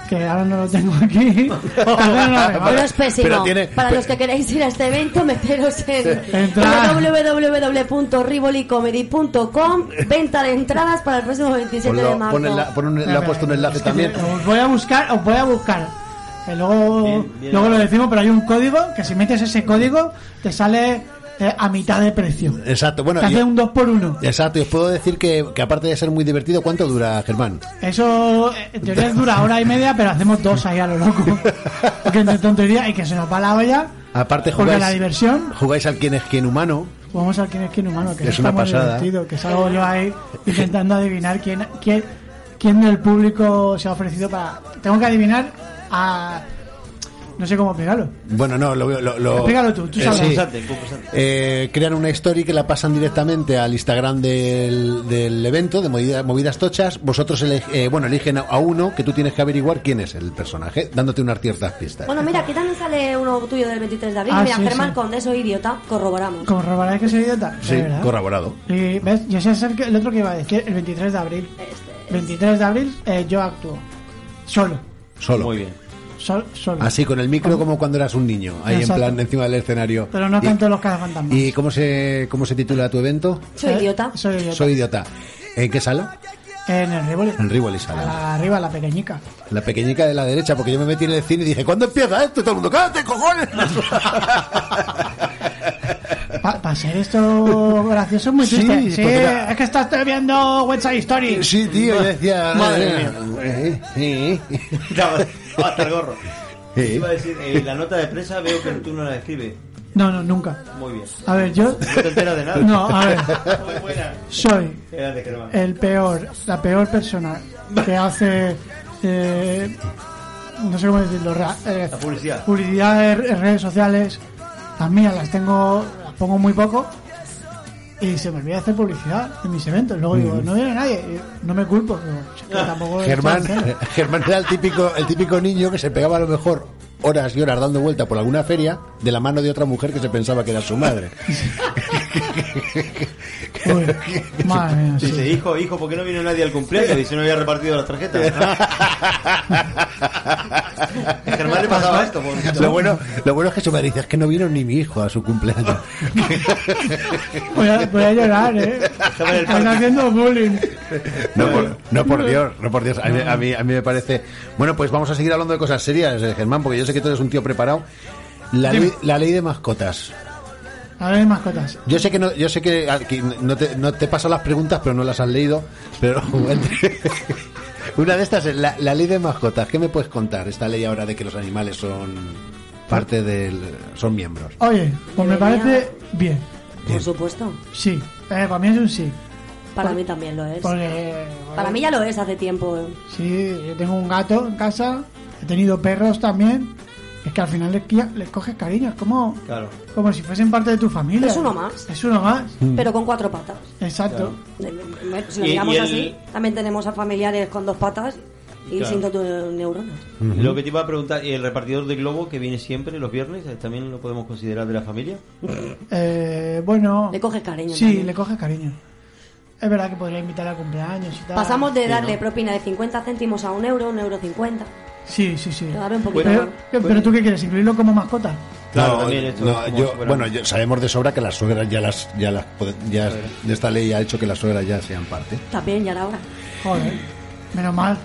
que ahora no lo tengo aquí, tal vez no lo regalo. Pero es pésimo. Pero tiene- Para los que queréis ir a este evento, meteros en Entrar. www.rivolicomedy.com. Venta de entradas para el próximo 27 de Ponlo- marzo. pon enla- pon un- le ha puesto un enlace Es que también. Os voy a buscar, os voy a buscar. Que luego, Bien, bien. luego lo decimos, pero hay un código que si metes ese código te sale eh, a mitad de precio. Exacto, Eh, bueno, te hace yo- un 2 por 1 exacto, y os puedo decir que, que aparte de ser muy divertido, ¿cuánto dura, Germán? Eso eh, en teoría dura hora y media, pero hacemos dos ahí a lo loco. Porque entre tontería y que se nos va la olla. Aparte Porque jugáis, la diversión, jugáis al quien es quien humano. jugamos al quién es quién humano, que Es eso una está muy pasada. divertido, que salgo yo ahí intentando adivinar quién, quién, quién del público se ha ofrecido para. Tengo que adivinar a. No sé cómo pegarlo. Bueno, no, lo... lo, lo- Explícalo tú, tú Eh, sabrás. sí. Concursante, concursante. Eh, crean una story que la pasan directamente al Instagram del, del evento de movida- movidas tochas. Vosotros ele- eh, bueno eligen a, a uno que tú tienes que averiguar quién es el personaje, dándote unas ciertas pistas. Bueno, mira, aquí también sale uno tuyo del 23 de abril. Ah, mira, sí, Germán sí. Conde, soy idiota. Corroboramos. Como robarás que soy idiota. sí, de verdad. corroborado. Y ves, yo sé ser que- el otro que iba a decir, el 23 de abril. 23 de abril eh, yo actúo. Solo. Solo. Muy bien. Sol- solo. Así con el micro como cuando eras un niño, ahí en Exacto. plan encima del escenario. Pero no Y- canto los cazafantasmas. ¿Y cómo se cómo se titula tu evento? Soy Eh, idiota. Soy idiota. Soy idiota. ¿En qué sala? En el Rivoli. En Rivoli A Sala. la arriba, la pequeñica. La pequeñica de la derecha, porque yo me metí en el cine y dije, ¿cuándo empieza esto? Y todo el mundo, ¡cállate, cojones! Para ser esto gracioso es muy Sí, triste. Sí, porque era- es que estás viendo West Side Story. sí, tío, yo decía... Madre eh, eh, eh. Hasta el gorro. Sí. Iba a decir, eh, la nota de prensa veo que tú no la escribes. No, no, nunca. Muy bien. A ver, yo... No te enteras de nada. No, a ver. Muy buena. Soy Grande, Germán. el peor, la peor persona que hace, eh, no sé cómo decirlo, ra- eh, La publicidad. publicidad en- en redes sociales, las mías las tengo, las pongo muy poco y se me olvida hacer publicidad en mis eventos. Mm. Luego digo, no viene nadie, Y no me culpo, digo, "Es Ah. que tampoco estoy Germán, eh, haciendo". Germán era el típico, el típico niño que se pegaba a lo mejor horas y horas dando vuelta por alguna feria de la mano de otra mujer que se pensaba que era su madre. Uy, madre mía, sí. Dice, hijo, hijo, ¿por qué no vino nadie al cumpleaños? Dice, no había repartido las tarjetas. A Germán le pasaba esto, pobrecito. Lo bueno, lo bueno es que su madre dice, es que no vino ni mi hijo a su cumpleaños. Voy, a, voy a llorar, eh. en el Están parque. haciendo bullying. No por, no por Dios, no por Dios. A mí, a, mí, a mí me parece... Bueno, pues vamos a seguir hablando de cosas serias, eh, Germán, porque yo sé que tú eres un tío preparado. La, ley, la ley de mascotas. A ver, mascotas. Yo sé que no, yo sé que, ah, que no, te, no te paso las preguntas, pero no las has leído. Pero entre- una de estas es la, la ley de mascotas. ¿Qué me puedes contar? Esta ley ahora de que los animales son parte del, son miembros. Oye, pues me Debería- parece bien. Por supuesto. Sí, eh, para mí es un sí. Para mí también lo es. Porque, Para mí ya lo es hace tiempo. Sí, yo tengo un gato en casa, he tenido perros también. Es que al final les, qui- les coges cariño, es como, Claro. como si fuesen parte de tu familia. Es uno más. Es uno más, Pero con cuatro patas. exacto. Si lo Y- miramos y el- así, también tenemos a familiares con dos patas y Claro. sin cinco tu- neuronas. Lo que te iba a preguntar, ¿y el repartidor de globo que viene siempre los viernes eh, también lo podemos considerar de la familia? Eh, bueno. Le coges cariño Sí, también. le coges cariño. Es verdad que podría invitar a cumpleaños y tal. Pasamos de sí, darle ¿no? propina de 50 céntimos a un euro, un euro 50. Sí, sí, sí. Claro, un poquito pero, más. pero tú qué quieres, incluirlo como mascota. Claro, No, también esto no, es como yo- si fuera- bueno, yo- sabemos de sobra que las suegras ya las, ya las, pod- ya de esta ley ha hecho que las suegras ya sean parte. También, ya era hora. Joder, menos mal.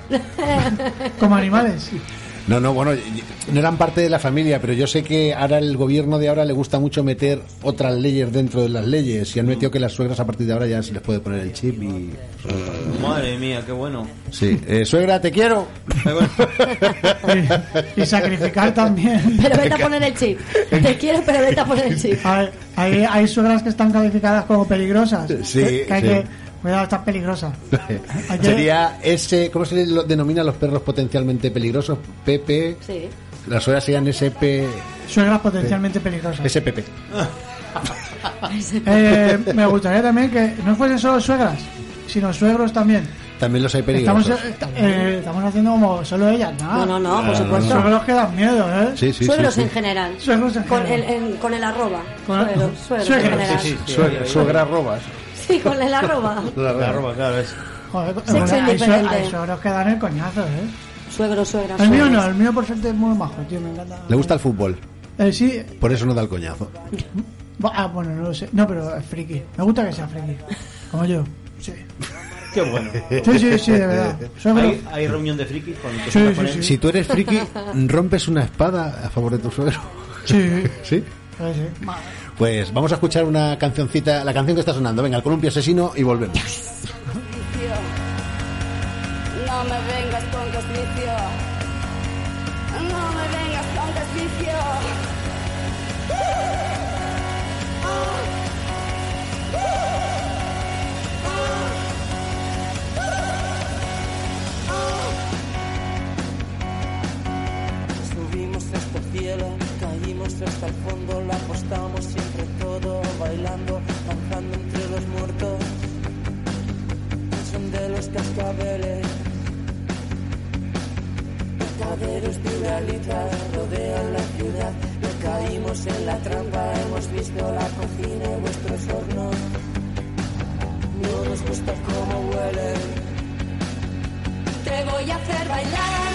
como animales. No, no, bueno, y- y- no eran parte de la familia, pero yo sé que ahora el gobierno de ahora le gusta mucho meter otras leyes dentro de las leyes y han metido que las suegras a partir de ahora ya se les puede poner el chip y... Madre mía, qué bueno. Sí, eh, suegra, te quiero. Y sacrificar también. Pero vete a poner el chip. Te quiero, pero vete a poner el chip. A ver, hay, hay suegras que están calificadas como peligrosas. Sí, que, que hay sí. que. Cuidado, estás peligrosa. Hay que- Sería ese, ¿cómo se lo denomina a los perros potencialmente peligrosos? PP. Sí. Las suegras serían SP, Suegras potencialmente peligrosas. SPP. Eh, me gustaría también que no fuesen solo suegras, sino suegros también. También los hay peligrosos. Ah, Estamos, eh, eh, estamos haciendo como solo ellas, ¿no? No, no, no, Ah, por supuesto. Suegros que dan miedo, ¿eh? Sí, sí, sí, Suegros sí. en general. Suegros en Con el, general. en- con el arroba. Con- Suegros, suegros en Suegros, general. Sí, sí, sí, ahí, Suegra, ahí, suegra robas. Sí, con el arroba. ahí. La ropa, claro, es. Joder, con- Sexo hay, sue- indiferente. hay suegros que dan el coñazo, ¿eh? Suegro, suegra, El mío no, suegros. el mío por suerte es muy majo, tío, me encanta. Le gusta el fútbol, Eh, sí, por eso no da el coñazo. bu- ah, bueno, no lo sé. No, pero es friki. Me gusta que sea friki. Como yo. Sí, Qué bueno. sí, sí, sí, de verdad. Suegro. ¿Hay, hay reunión de frikis con Sí, cosas sí, con sí. él? Si tú eres friki, rompes una espada a favor de tu suegro. Sí, ¿Sí? sí, sí. Ma- Pues vamos a escuchar una cancioncita, la canción que está sonando. Venga, el columpio asesino y volvemos. No me vengas con desvicio. No me vengas con desvicio. Subimos hasta el cielo, caímos hasta el fondo, la apostamos siempre todo, bailando, danzando entre los muertos. Son de los cascabeles, verdaderos de realidad, rodean la ciudad, no caímos en la trampa, hemos visto la cocina y vuestros hornos. No nos gusta cómo huelen. Te voy a hacer bailar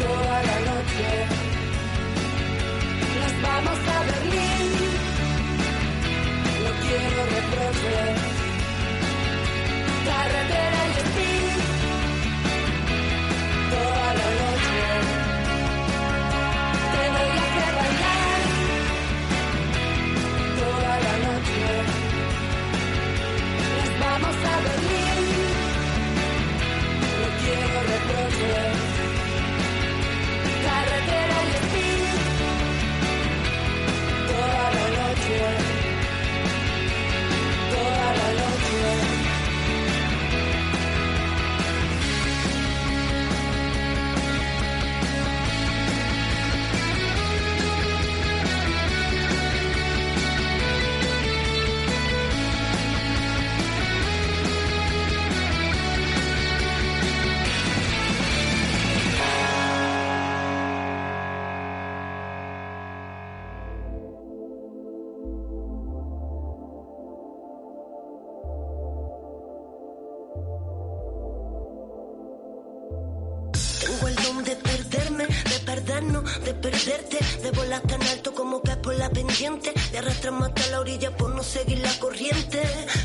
toda la noche. Nos vamos a Berlín. No quiero reproches. Carretera y spin. Toda la noche. Te voy a hacer bailar toda la noche. Nos vamos a Berlín. No quiero reproches. Carretera y espíritu. Toda la noche. Toda la noche. Tengo el don de perderme, de perdernos, de perderte, de volar tan alto como pez por la pendiente, de arrastrarme hasta la orilla por no seguir la corriente.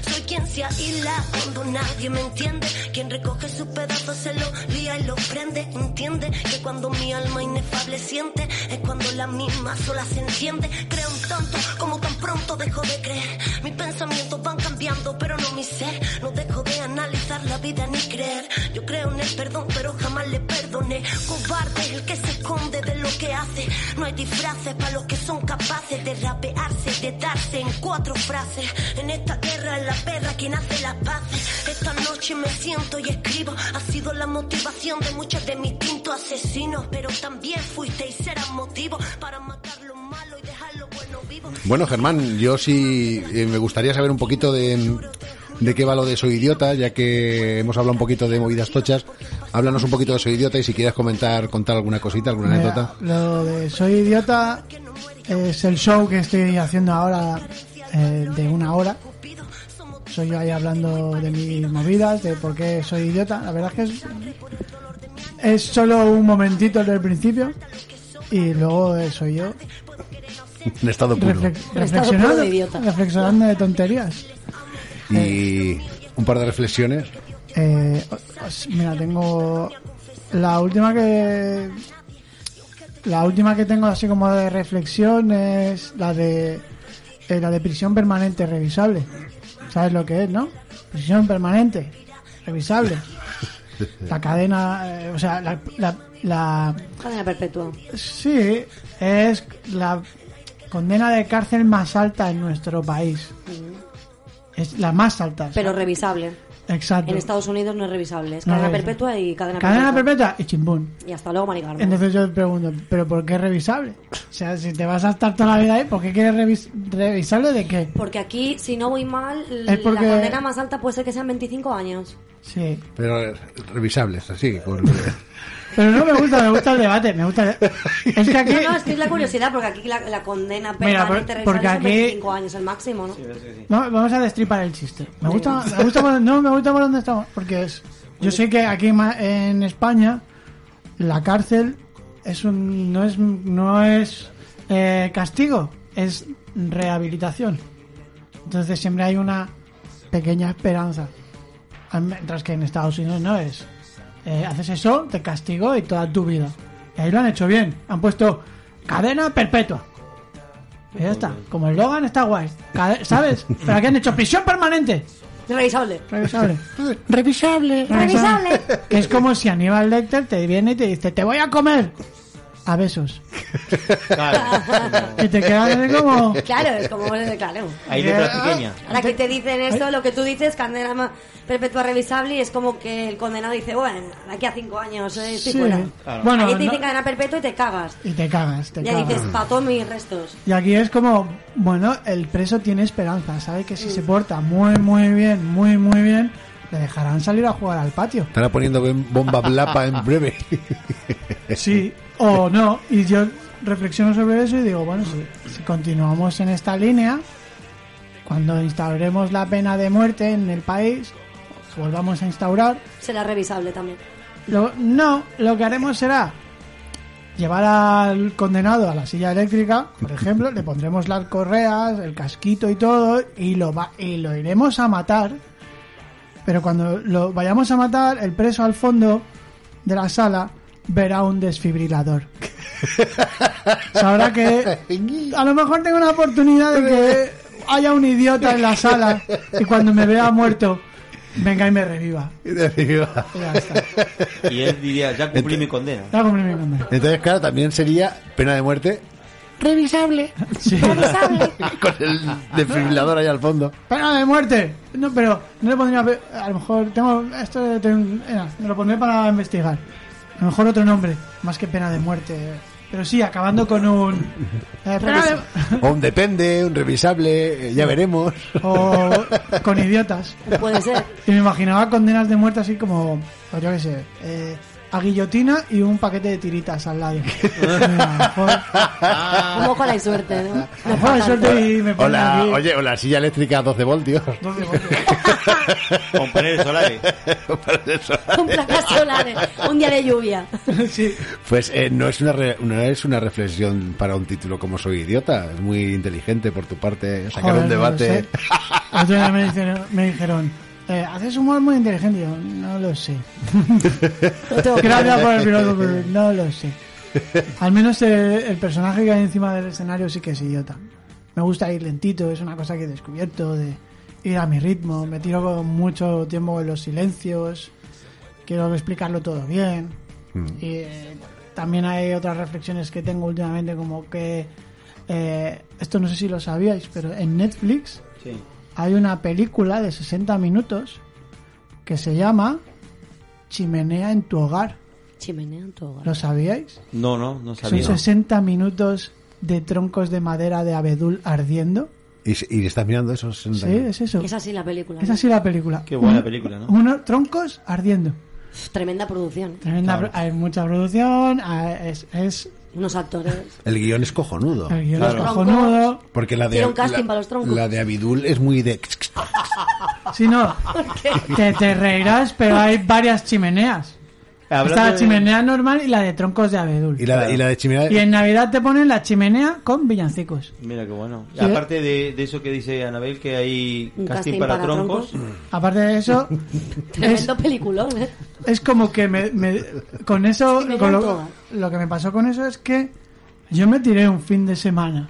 Soy quien se ahila cuando nadie me entiende, quien recoge sus pedazos se los lía y los prende. Entiende que cuando mi alma inefable siente, es cuando la misma sola se enciende. Creo un tanto como tan pronto dejo de creer. Mis pensamientos van cambiando, pero no mi ser. No dejo de analizar la vida ni creer. Yo creo en el perdón, pero jamás le perdoné. Cobarde el que se esconde de lo que hace. No hay disfraces para los que son capaces de rapearse, de darse en cuatro frases. En esta guerra es la perra quien hace las paces. Esta noche me siento y escribo. Ha sido la motivación de muchos de mis tintos asesinos. Pero también fuiste y serás motivo para matar lo malo y dejar lo bueno vivo. Bueno, Germán, yo sí eh, me gustaría saber un poquito de, de qué va lo de Soy Idiota, ya que hemos hablado un poquito de movidas tochas. Háblanos un poquito de Soy Idiota y si quieres comentar, contar alguna cosita, alguna Mira, anécdota. Lo de Soy Idiota es el show que estoy haciendo ahora eh, de una hora. Soy yo ahí hablando de mis movidas, de por qué soy idiota. La verdad es que es, es solo un momentito del principio y luego eh, soy yo En estado puro. reflex- puro reflexionando, de idiota. reflexionando de tonterías. Y un par de reflexiones. Eh, os- mira, tengo la última que la última que tengo así como de reflexión es la de eh, la de prisión permanente revisable. ¿Sabes lo que es, no? Prisión permanente revisable. La cadena, eh, o sea, la, la, la- Cadena perpetua. sí es la condena de cárcel más alta en nuestro país. Es la más alta. Pero revisable. Exacto. En Estados Unidos no es revisable. Es No es cadena revisable. perpetua y cadena, Cadena perpetua y chimbún. Y hasta luego, Mari Carmen. Entonces yo pregunto, ¿pero por qué es revisable? O sea, si te vas a estar toda la vida ahí, ¿por qué quieres revis- revisable de qué? Porque aquí, si no voy mal, Es porque- la condena más alta puede ser que sean 25 años. Sí. Pero eh, revisables, así. Con... Pero no me gusta, me gusta el debate, me gusta... el- Es que aquí... No, no, es que es la curiosidad, porque aquí la, la condena Mira, permanente revisable por- porque son aquí- 25 años, el máximo, ¿no? No, vamos a destripar el chiste. Me gusta, me gusta por- no, me gusta por donde estamos, porque es... Yo sé que aquí ma- en España la cárcel es un, no es, no es eh, castigo, es rehabilitación. Entonces siempre hay una pequeña esperanza. Al- Mientras que en Estados Unidos no es. Eh, haces eso, te castigo y toda tu vida. Y ahí lo han hecho bien. Han puesto cadena perpetua. Y Pues ya está. Como el Logan está guay. Cade- ¿Sabes? Pero aquí han hecho prisión permanente. Revisable. Revisable. Revisable. Revisable. Que es como si Aníbal Lecter te viene y te dice, te voy a comer. A besos. Claro. Y te quedas así como... Claro, es como, claro. Hay letras pequeñas. Ahora que te dicen esto, lo que tú dices, cadena ma- perpetua revisable, y es como que el condenado dice, bueno, de aquí a cinco años, eh, estoy Sí. fuera. Claro. Bueno, Aquí te dicen no- cadena perpetua y te cagas. Y te cagas, te Ya cagas. dices, pató mis restos. Y aquí es como, bueno, el preso tiene esperanza, sabe que si se porta muy, muy bien, muy, muy bien, le dejarán salir a jugar al patio. Estará poniendo bem- bomba blapa en breve. Sí, o no. Y yo reflexiono sobre eso y digo, bueno, si, si continuamos en esta línea, cuando instauremos la pena de muerte en el país, que volvamos a instaurar, Será revisable también. Lo- no, lo que haremos será llevar al condenado a la silla eléctrica, por ejemplo, le pondremos las correas, el casquito y todo, y lo, va, y lo iremos a matar. Pero cuando lo vayamos a matar, el preso al fondo de la sala verá un desfibrilador. Sabrá que a lo mejor tengo una oportunidad de que haya un idiota en la sala y cuando me vea muerto, venga y me reviva. Y te digo, Y ya está. Y él diría, ya cumplí mi condena. Ya cumplí mi condena. Entonces, claro, también sería pena de muerte Sí. con el desfibrilador ahí al fondo. Pena de muerte. No, pero no le pondría. A lo mejor tengo. Esto de- ten- eh, me lo pondré para investigar. A lo mejor otro nombre, más que pena de muerte. Pero sí, acabando con un. eh, pena de- O un depende, un revisable, eh, ya veremos. o con idiotas. Puede ser. Y me imaginaba condenas de muerte así como. pues yo qué sé. eh, a guillotina y un paquete de tiritas al lado. Mira, a lo mejor- Como ojalá y suerte, ¿no? a lo mejor hay suerte y Ah, me ponen Hola, aquí. oye, o la silla eléctrica a 12 voltios. Doce golpes. Con paneles solares. Para eso. Con placas solares. Un día de lluvia. Sí. Pues eh, no, es una re- no es una reflexión para un título como Soy Idiota. Es muy inteligente por tu parte eh, sacar Joder, un no lo debate. sé. Otro día me dijeron, me dijeron, eh, haces humor muy inteligente. Y yo, no lo sé. No tengo Gracias por el piloto, pero no lo sé. Al menos eh, el, personaje que hay encima del escenario sí que es idiota. Me gusta ir lentito, es una cosa que he descubierto, de ir a mi ritmo, me tiro con mucho tiempo en los silencios, quiero explicarlo todo bien. Mm. Y eh, también hay otras reflexiones que tengo últimamente, como que eh, esto no sé si lo sabíais, pero en Netflix Sí. hay una película de 60 minutos que se llama Chimenea en tu hogar. Chimenea en tu hogar. ¿Lo sabíais? No, no, no Son sabía. 60 minutos de troncos de madera de abedul ardiendo. Y, s- y estás mirando esos. Sí, es eso. Es así la película. Es así la película. Qué buena Un- película, ¿no? Unos troncos ardiendo. Uf, Tremenda producción. ¿eh? Tremenda pro- Hay mucha producción, ah, es, es Unos actores. El guión es cojonudo. el guión Claro. es cojonudo. Porque la de, Hicieron casting la- para los troncos. la de Abidul es muy de. Si no, te, te reirás, pero hay varias chimeneas. Hablando Está la de- chimenea normal y la de troncos de abedul. Y la, y la de chimenea. Y en Navidad te ponen la chimenea con villancicos. Mira qué bueno. Sí. Aparte de, de eso que dice Anabel, que hay Un casting, casting para, para troncos. Aparte de eso, es, Tremendo peliculón, ¿eh? es como que me, me- con eso, Sí, me con lo, encantó. lo que me pasó con eso es que yo me tiré un fin de semana.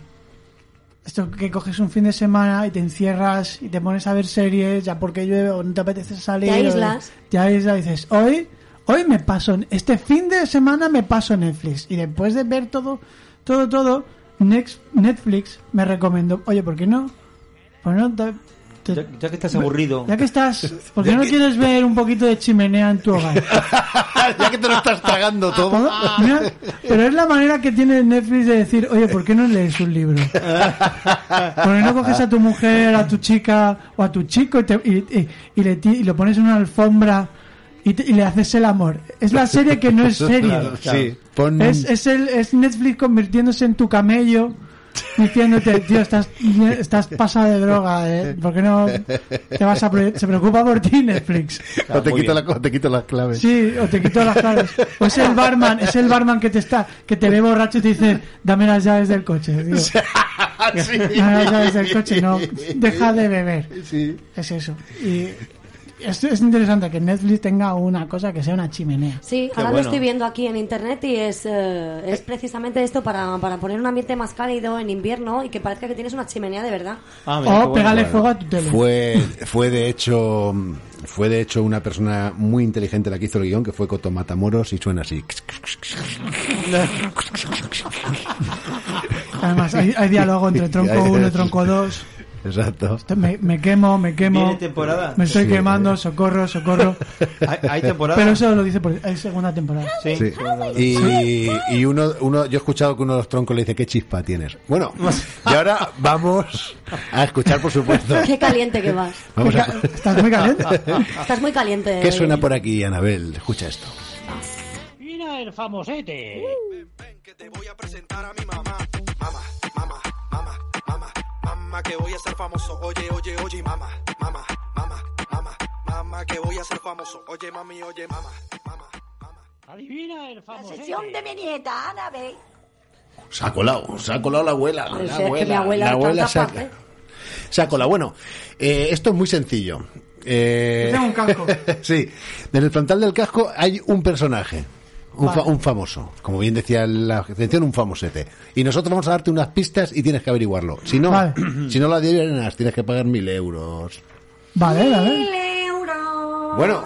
Esto que coges un fin de semana y te encierras y te pones a ver series, ya porque llueve o no te apetece salir. Te o- aíslas. te aíslas y dices, hoy, hoy me paso, este fin de semana me paso Netflix. Y después de ver todo, todo, todo, Nex- Netflix me recomendó, oye, ¿por qué no? Pues no, te- te- Ya, ya que estás aburrido. ya que estás, ¿por qué no quieres ver un poquito de chimenea en tu hogar? ya que te lo estás tragando todo. Todo- mira, pero es la manera que tiene Netflix de decir, oye, ¿por qué no lees un libro? ¿Por qué no coges a tu mujer, a tu chica o a tu chico y, te- y- y- y le, ti- y lo pones en una alfombra y, te- y le haces el amor? Es la serie que no es serie. Claro. Sí, pon. Es, es, el, es Netflix convirtiéndose en tu camello. Diciéndote, tío, estás, estás pasada de droga, ¿eh? ¿por qué no te vas a... pre- Se preocupa por ti Netflix. o te Muy quito, bien. la, o te quito las claves. Sí, o te quito las llaves. O es el barman, es el barman que te está, que te ve borracho y te dice, dame las llaves del coche. Digo, Ah, Sí. dame las llaves del coche, no, deja de beber. Sí. Es eso. Y es, es interesante que Netflix tenga una cosa que sea una chimenea. Sí, Qué ahora bueno. lo estoy viendo aquí en internet y es, eh, es precisamente esto para, para poner un ambiente más cálido en invierno y que parezca que tienes una chimenea de verdad. Ah, mira, qué O bueno. pegarle Bueno. Oh, fuego a tu tele. Fue, fue de hecho, fue de hecho una persona muy inteligente la que hizo el guión, que fue Coto Matamoros, y suena así. Además, hay, hay diálogo entre tronco 1 y tronco 2. Exacto. Me, me quemo, me ¿Viene quemo. temporada? Me estoy Sí. quemando, socorro, socorro. ¿Hay, hay temporada? Pero eso lo dice por hay segunda temporada. Sí. Sí. Ah, Y, y uno, uno, yo he escuchado que uno de los troncos le dice qué chispa tienes. Bueno, y ahora vamos a escuchar, por supuesto. Qué caliente que vas. Vamos a, Estás muy caliente. Estás muy caliente. ¿Qué oye. suena por aquí, Anabel? Escucha esto. Mira el famosete. que te voy a presentar a mi mamá. Mamá, mamá, mamá, mamá, mamá, que voy a ser famoso. Oye, oye, oye, mamá, mamá, mamá, mamá, mamá, que voy a ser famoso. Oye, mami, oye, mamá, mamá, mamá. Adivina el famosete. nieta, Anabel. Se ha colado, se ha colado la abuela. Pues la es que mi abuela la está abuela se ha, capaz, ¿eh? se ha colado. Bueno, eh, esto es muy sencillo. Eh, Yo tengo un casco. sí, en el frontal del casco hay un personaje. Un, fa- Vale. un famoso, como bien decía la atención, un famosete. Y nosotros vamos a darte unas pistas y tienes que averiguarlo. Si no, Vale. si no lo adivinas, tienes que pagar mil euros. Vale, vale. Mil euros. Bueno,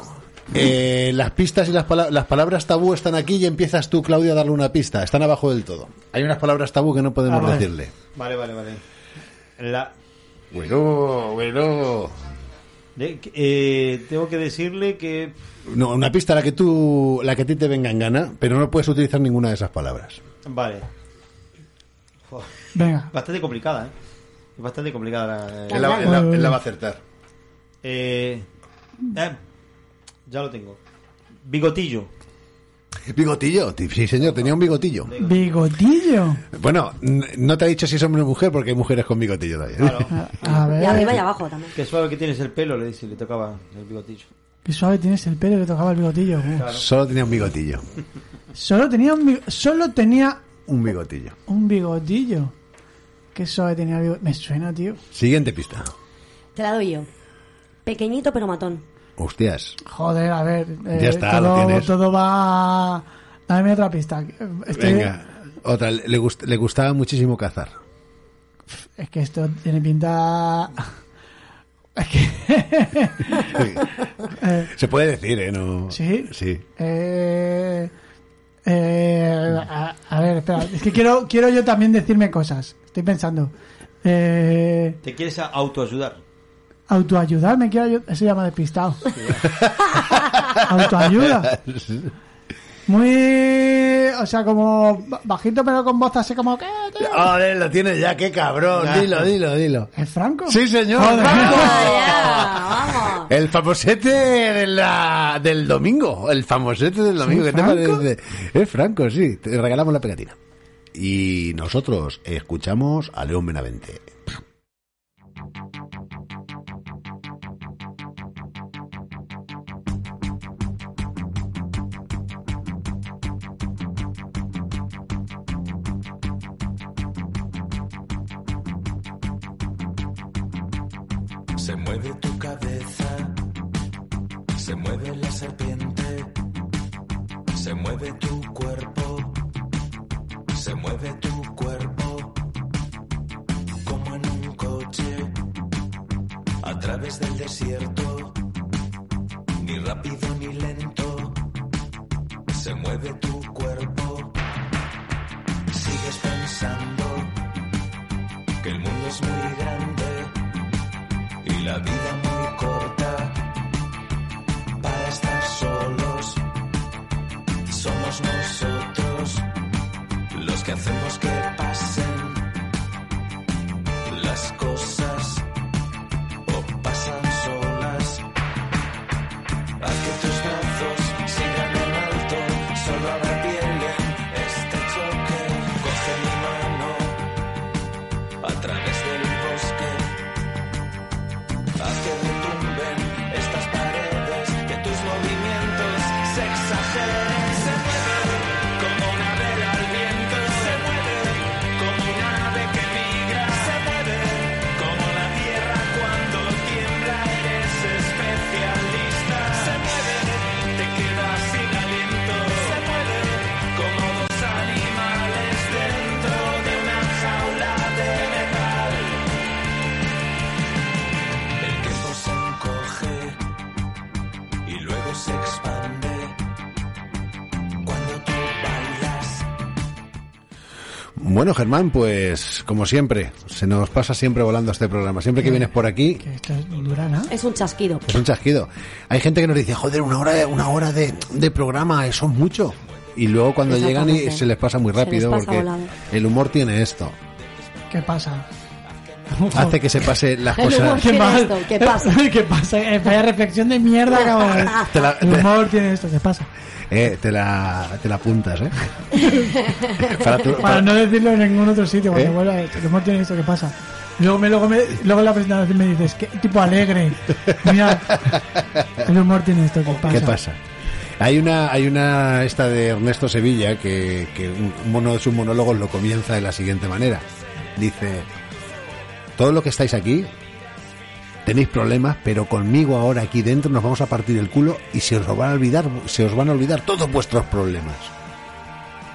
eh, las pistas y las, pala- las palabras tabú están aquí y empiezas tú, Claudia, a darle una pista. Están abajo del todo. Hay unas palabras tabú que no podemos Ah, vale. decirle. Vale, vale, vale. La, Bueno, bueno. de- eh, tengo que decirle que... No, una pista la que tú, la que a ti te venga en gana, pero no puedes utilizar ninguna de esas palabras. Vale. Venga. Bastante complicada, ¿eh? Bastante complicada la... Él la- él la- él la va a acertar. Eh, eh, ya lo tengo. Bigotillo. Bigotillo, ti- sí señor, tenía un bigotillo. Bigotillo. Bueno, n- no te ha dicho si es hombre o mujer porque hay mujeres con bigotillo también. Claro. A Y arriba ver. y abajo también. Qué suave que tienes el pelo, le dice, le tocaba el bigotillo. Qué suave tienes el pelo, le tocaba el bigotillo. Uh. Solo tenía un bigotillo, Solo tenía un bi- solo tenía un bigotillo. un bigotillo. Qué suave tenía el bigotillo. Me suena, tío. Siguiente pista. Te la doy yo. Pequeñito pero matón. Hostias. Joder, a ver. eh, Ya está, lo todo, tienes. todo va. Dame otra pista. Estoy- Venga, otra. Le, gust- le gustaba muchísimo cazar. Es que esto tiene pinta. Es que. Eh, Se puede decir, ¿eh? No... ¿Sí? Sí. Eh, eh, a, a ver, espera. Es que quiero, quiero yo también decirme cosas. Estoy pensando. Eh, Te quieres a- autoayudar. Autoayudar, me quiero ayudar. Eso llama despistado. Autoayuda. Muy. O sea, como ba- bajito, pero con voz así como. ¿qué, qué? Joder, lo tienes ya, qué cabrón. Dilo, dilo, dilo. ¿Es Franco? Sí, señor. Joder. Vaya, vamos. El famosete de la, del domingo. El famosete del domingo. ¿Sí, ¿Qué te Franco? parece? Es Franco, sí. Te regalamos la pegatina. Y nosotros escuchamos a León Benavente. Se mueve tu cabeza, se mueve la serpiente, se mueve tu cuerpo, se mueve tu cuerpo, como en un coche, a través del desierto, ni rápido ni lento, se mueve tu cuerpo, sigues pensando que el mundo es muy grande y la vida muy corta para estar solos. Somos nosotros los que hacemos que pasen las cosas o pasan solas. Haz que tus brazos sigan en alto, solo habrá piel en este choque. Coge mi mano a través del bosque. Haz que retumben estas paredes, que tus movimientos se exageren. Se mueve como una vela al viento, se mueve como un ave que migra, se mueve como la tierra cuando tiembla. Eres especialista, se mueve, te quedas sin aliento, se mueve como dos animales dentro de una jaula de metal. El tiempo se encoge y luego se expande cuando tú bailas. Bueno, Germán, pues como siempre, se nos pasa siempre volando este programa. Siempre que vienes por aquí, Esto es dura, ¿no? Es un chasquido. es un chasquido. Hay gente que nos dice, joder, una hora, de- una hora de, de programa, eso es mucho. Y luego cuando llegan y Exactamente. se les pasa muy Se les rápido pasa porque volando. el humor tiene esto. ¿Qué pasa? Hace que se pase las El humor cosas. tiene esto, ¿qué pasa? ¿Qué pasa? Eh, vaya reflexión de mierda, cabrón. Te la- El humor tiene esto, ¿qué pasa? Eh, te la, te la apuntas, ¿eh? Para tu- Para para- no decirlo en ningún otro sitio, cuando ¿Eh? vuelva, eh, el humor tiene esto, ¿qué pasa? Luego, me, luego, me, luego en la presentación me dices, qué tipo alegre. Mira, el humor tiene esto, ¿qué pasa? ¿Qué pasa? Hay una, hay una esta de Ernesto Sevilla que, que un- uno de sus monólogos lo comienza de la siguiente manera. Dice, todo lo que estáis aquí, tenéis problemas, pero conmigo ahora aquí dentro nos vamos a partir el culo y se os van a olvidar, se os van a olvidar todos vuestros problemas.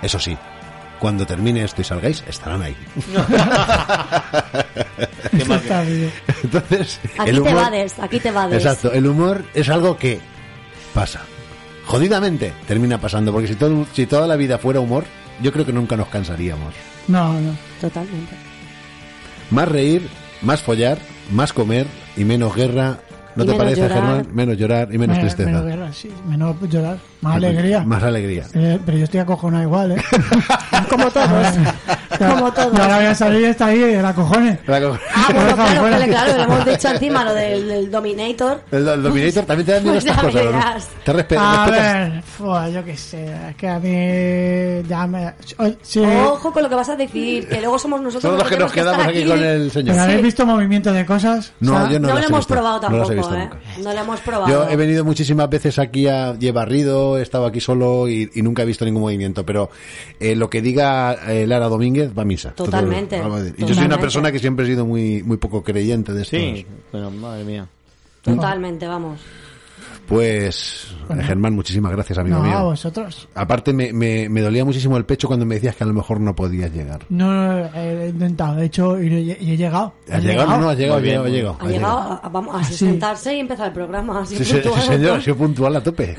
Eso sí, cuando termine esto y salgáis, estarán ahí. Qué mal que- Está bien. Entonces, Aquí el te humor- vades, aquí te vades. Exacto, el humor es algo que pasa. Jodidamente termina pasando, porque si, todo, si toda la vida fuera humor, yo creo que nunca nos cansaríamos. No, no. Totalmente. Más reír, más follar, más comer y menos guerra. ¿No Y te menos parece, llorar. Germán? Menos llorar y menos Menos- tristeza. Ah, pues, menos guerra, sí, menos llorar, más alegría. Más alegría. Eh, pero yo estoy acojonado igual, ¿eh? Como todos. Como todos. Y ahora voy a salir y está ahí de la cojones. La co- Ah, bueno, claro, Por favor. claro, claro, lo hemos dicho encima, lo del, del Dominator. El, el Dominator también te da miedo Pues estas ya cosas. ¿no? verás. Te respe- A respetas- ver, fua, yo qué sé, es que a mí ya me... Oye, Sí, Ojo con lo que vas a decir, que luego somos nosotros Todos los que nos tenemos quedamos estar aquí con el ¿pero señor. habéis visto movimiento de cosas? No, O sea, yo No, las lo he hemos visto, probado no las tampoco, he visto ¿eh? nunca. No lo hemos probado. Yo he venido muchísimas veces aquí a y he barrido, he estado aquí solo y, y nunca he visto ningún movimiento, pero eh, lo que diga eh, Lara Domínguez va a misa. Totalmente, Todo lo- vamos a decir. Y yo soy una totalmente. persona que siempre he sido muy muy poco creyente de esto. Sí, pero madre mía. Totalmente, vamos. Pues, eh, Germán, muchísimas gracias, amigo No, a mío. vosotros. Aparte, me, me, me dolía muchísimo el pecho cuando me decías que a lo mejor no podías llegar. No, no, no, he intentado, de hecho, y, y he llegado. ¿Has llegado? No, no, has llegado, Muy bien, has llegado, Ha has llegado. llegado a, a- Ah, vamos, a Así. sentarse y empezar el programa. Así Sí, sí, sí, puntual. señor, ha sido puntual a tope.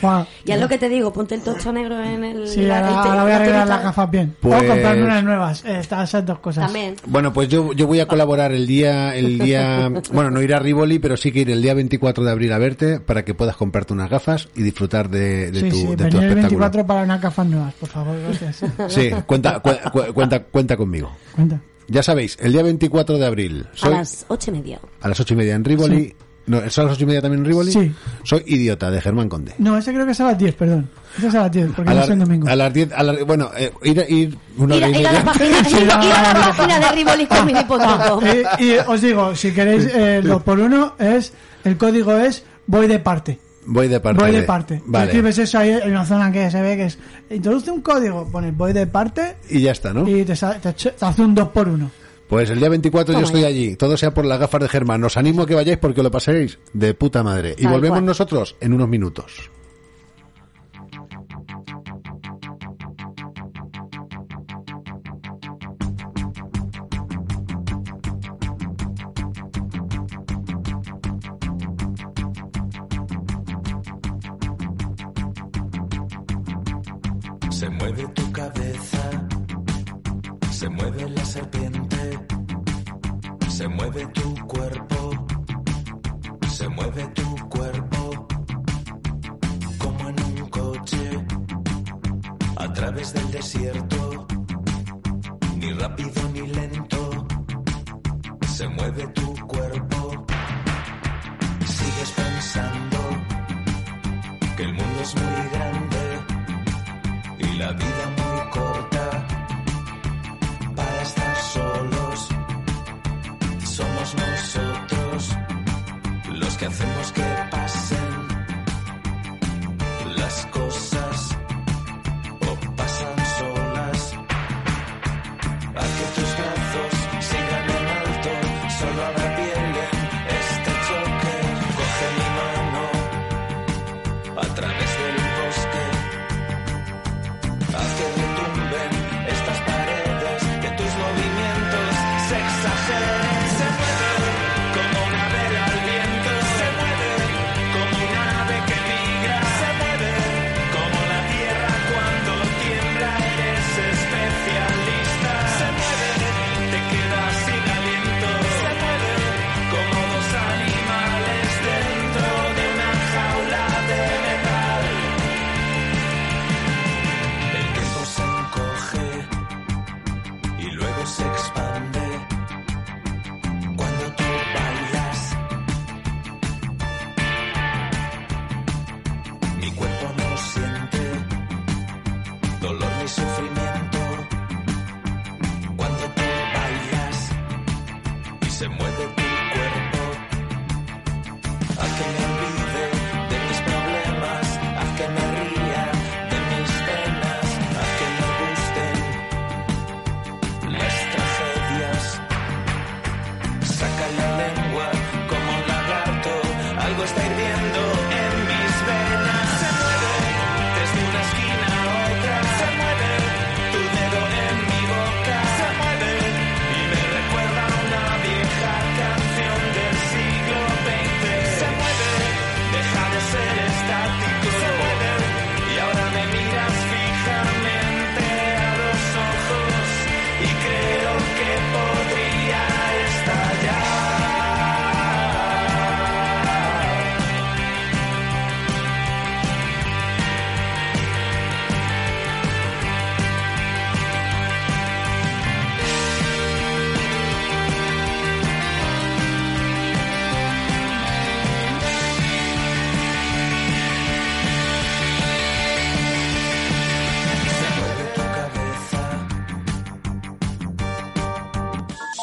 Fua. Ya es lo que te digo, ponte el tocho negro en el... Sí, la- el ahora, te- ahora voy a la arreglar tirita. las gafas bien. Pues- O comprarme unas nuevas, eh, estas esas dos cosas. También. Bueno, pues yo, yo voy a colaborar el día, el día, bueno, no ir a Rivoli, pero sí que ir el día 24 de abril a verte para que puedas comprarte unas gafas y disfrutar de, de sí, tu, sí, de tu venid el espectáculo. 24 para unas gafas nuevas, por favor, gracias. Sí, cuenta, cu- cu- cuenta, cuenta conmigo. Cuenta. Ya sabéis, el día 24 de abril A soy las ocho y media. a las ocho y media en Rivoli. No, ¿es a las ocho y media también en Rivoli? Sí. Soy idiota de Germán Conde. No, ese creo que es a las 10, perdón. Ese es a las 10, porque a, no la- es el domingo. a las 10, a la- bueno, eh, ir, ir una Ir, hora a- y ir a la media. página, ir, no, ir a no, la no. página de Ah, riboliscomini.com. eh, y, os digo, si queréis eh, el 2x1 es el código es voy de parte. Voy de parte. voy de parte. Y Vale. Escribes eso ahí en una zona que se ve que es introduce un código, pones voy de parte Y ya está, ¿no? y te, sa- te, ch- te hace un 2x1. Pues el día 24 yo Toma estoy ya. allí, todo sea por las gafas de Germán. Os animo a que vayáis porque lo pasaréis de puta madre. Y Tal volvemos cual. nosotros en unos minutos. Se mueve tu cabeza, se mueve la serpiente, se mueve tu cuerpo, se mueve tu cuerpo, como en un coche, a través del desierto, ni rápido ni lento, se mueve tu cuerpo, sigues pensando que el mundo es muy grande y la vida muy corta para estar solos. Somos nosotros los que hacemos que pasen las cosas o pasan solas. A que tus brazos sigan en alto, solo habrá piel en este choque. Coge mi mano a través del bosque. Haz que retumben estas paredes, que tus movimientos se exageren. Se mueve como una vela al viento, se mueve como una ave que migra, se mueve como la tierra cuando tiembla. Eres especialista, se mueve, te quedas sin aliento, se mueve como dos animales dentro de una jaula de metal. El tiempo se encoge y luego se expande. Cuando tú bailas, mi cuerpo no siente dolor ni sufrimiento. Cuando tú bailas y se mueve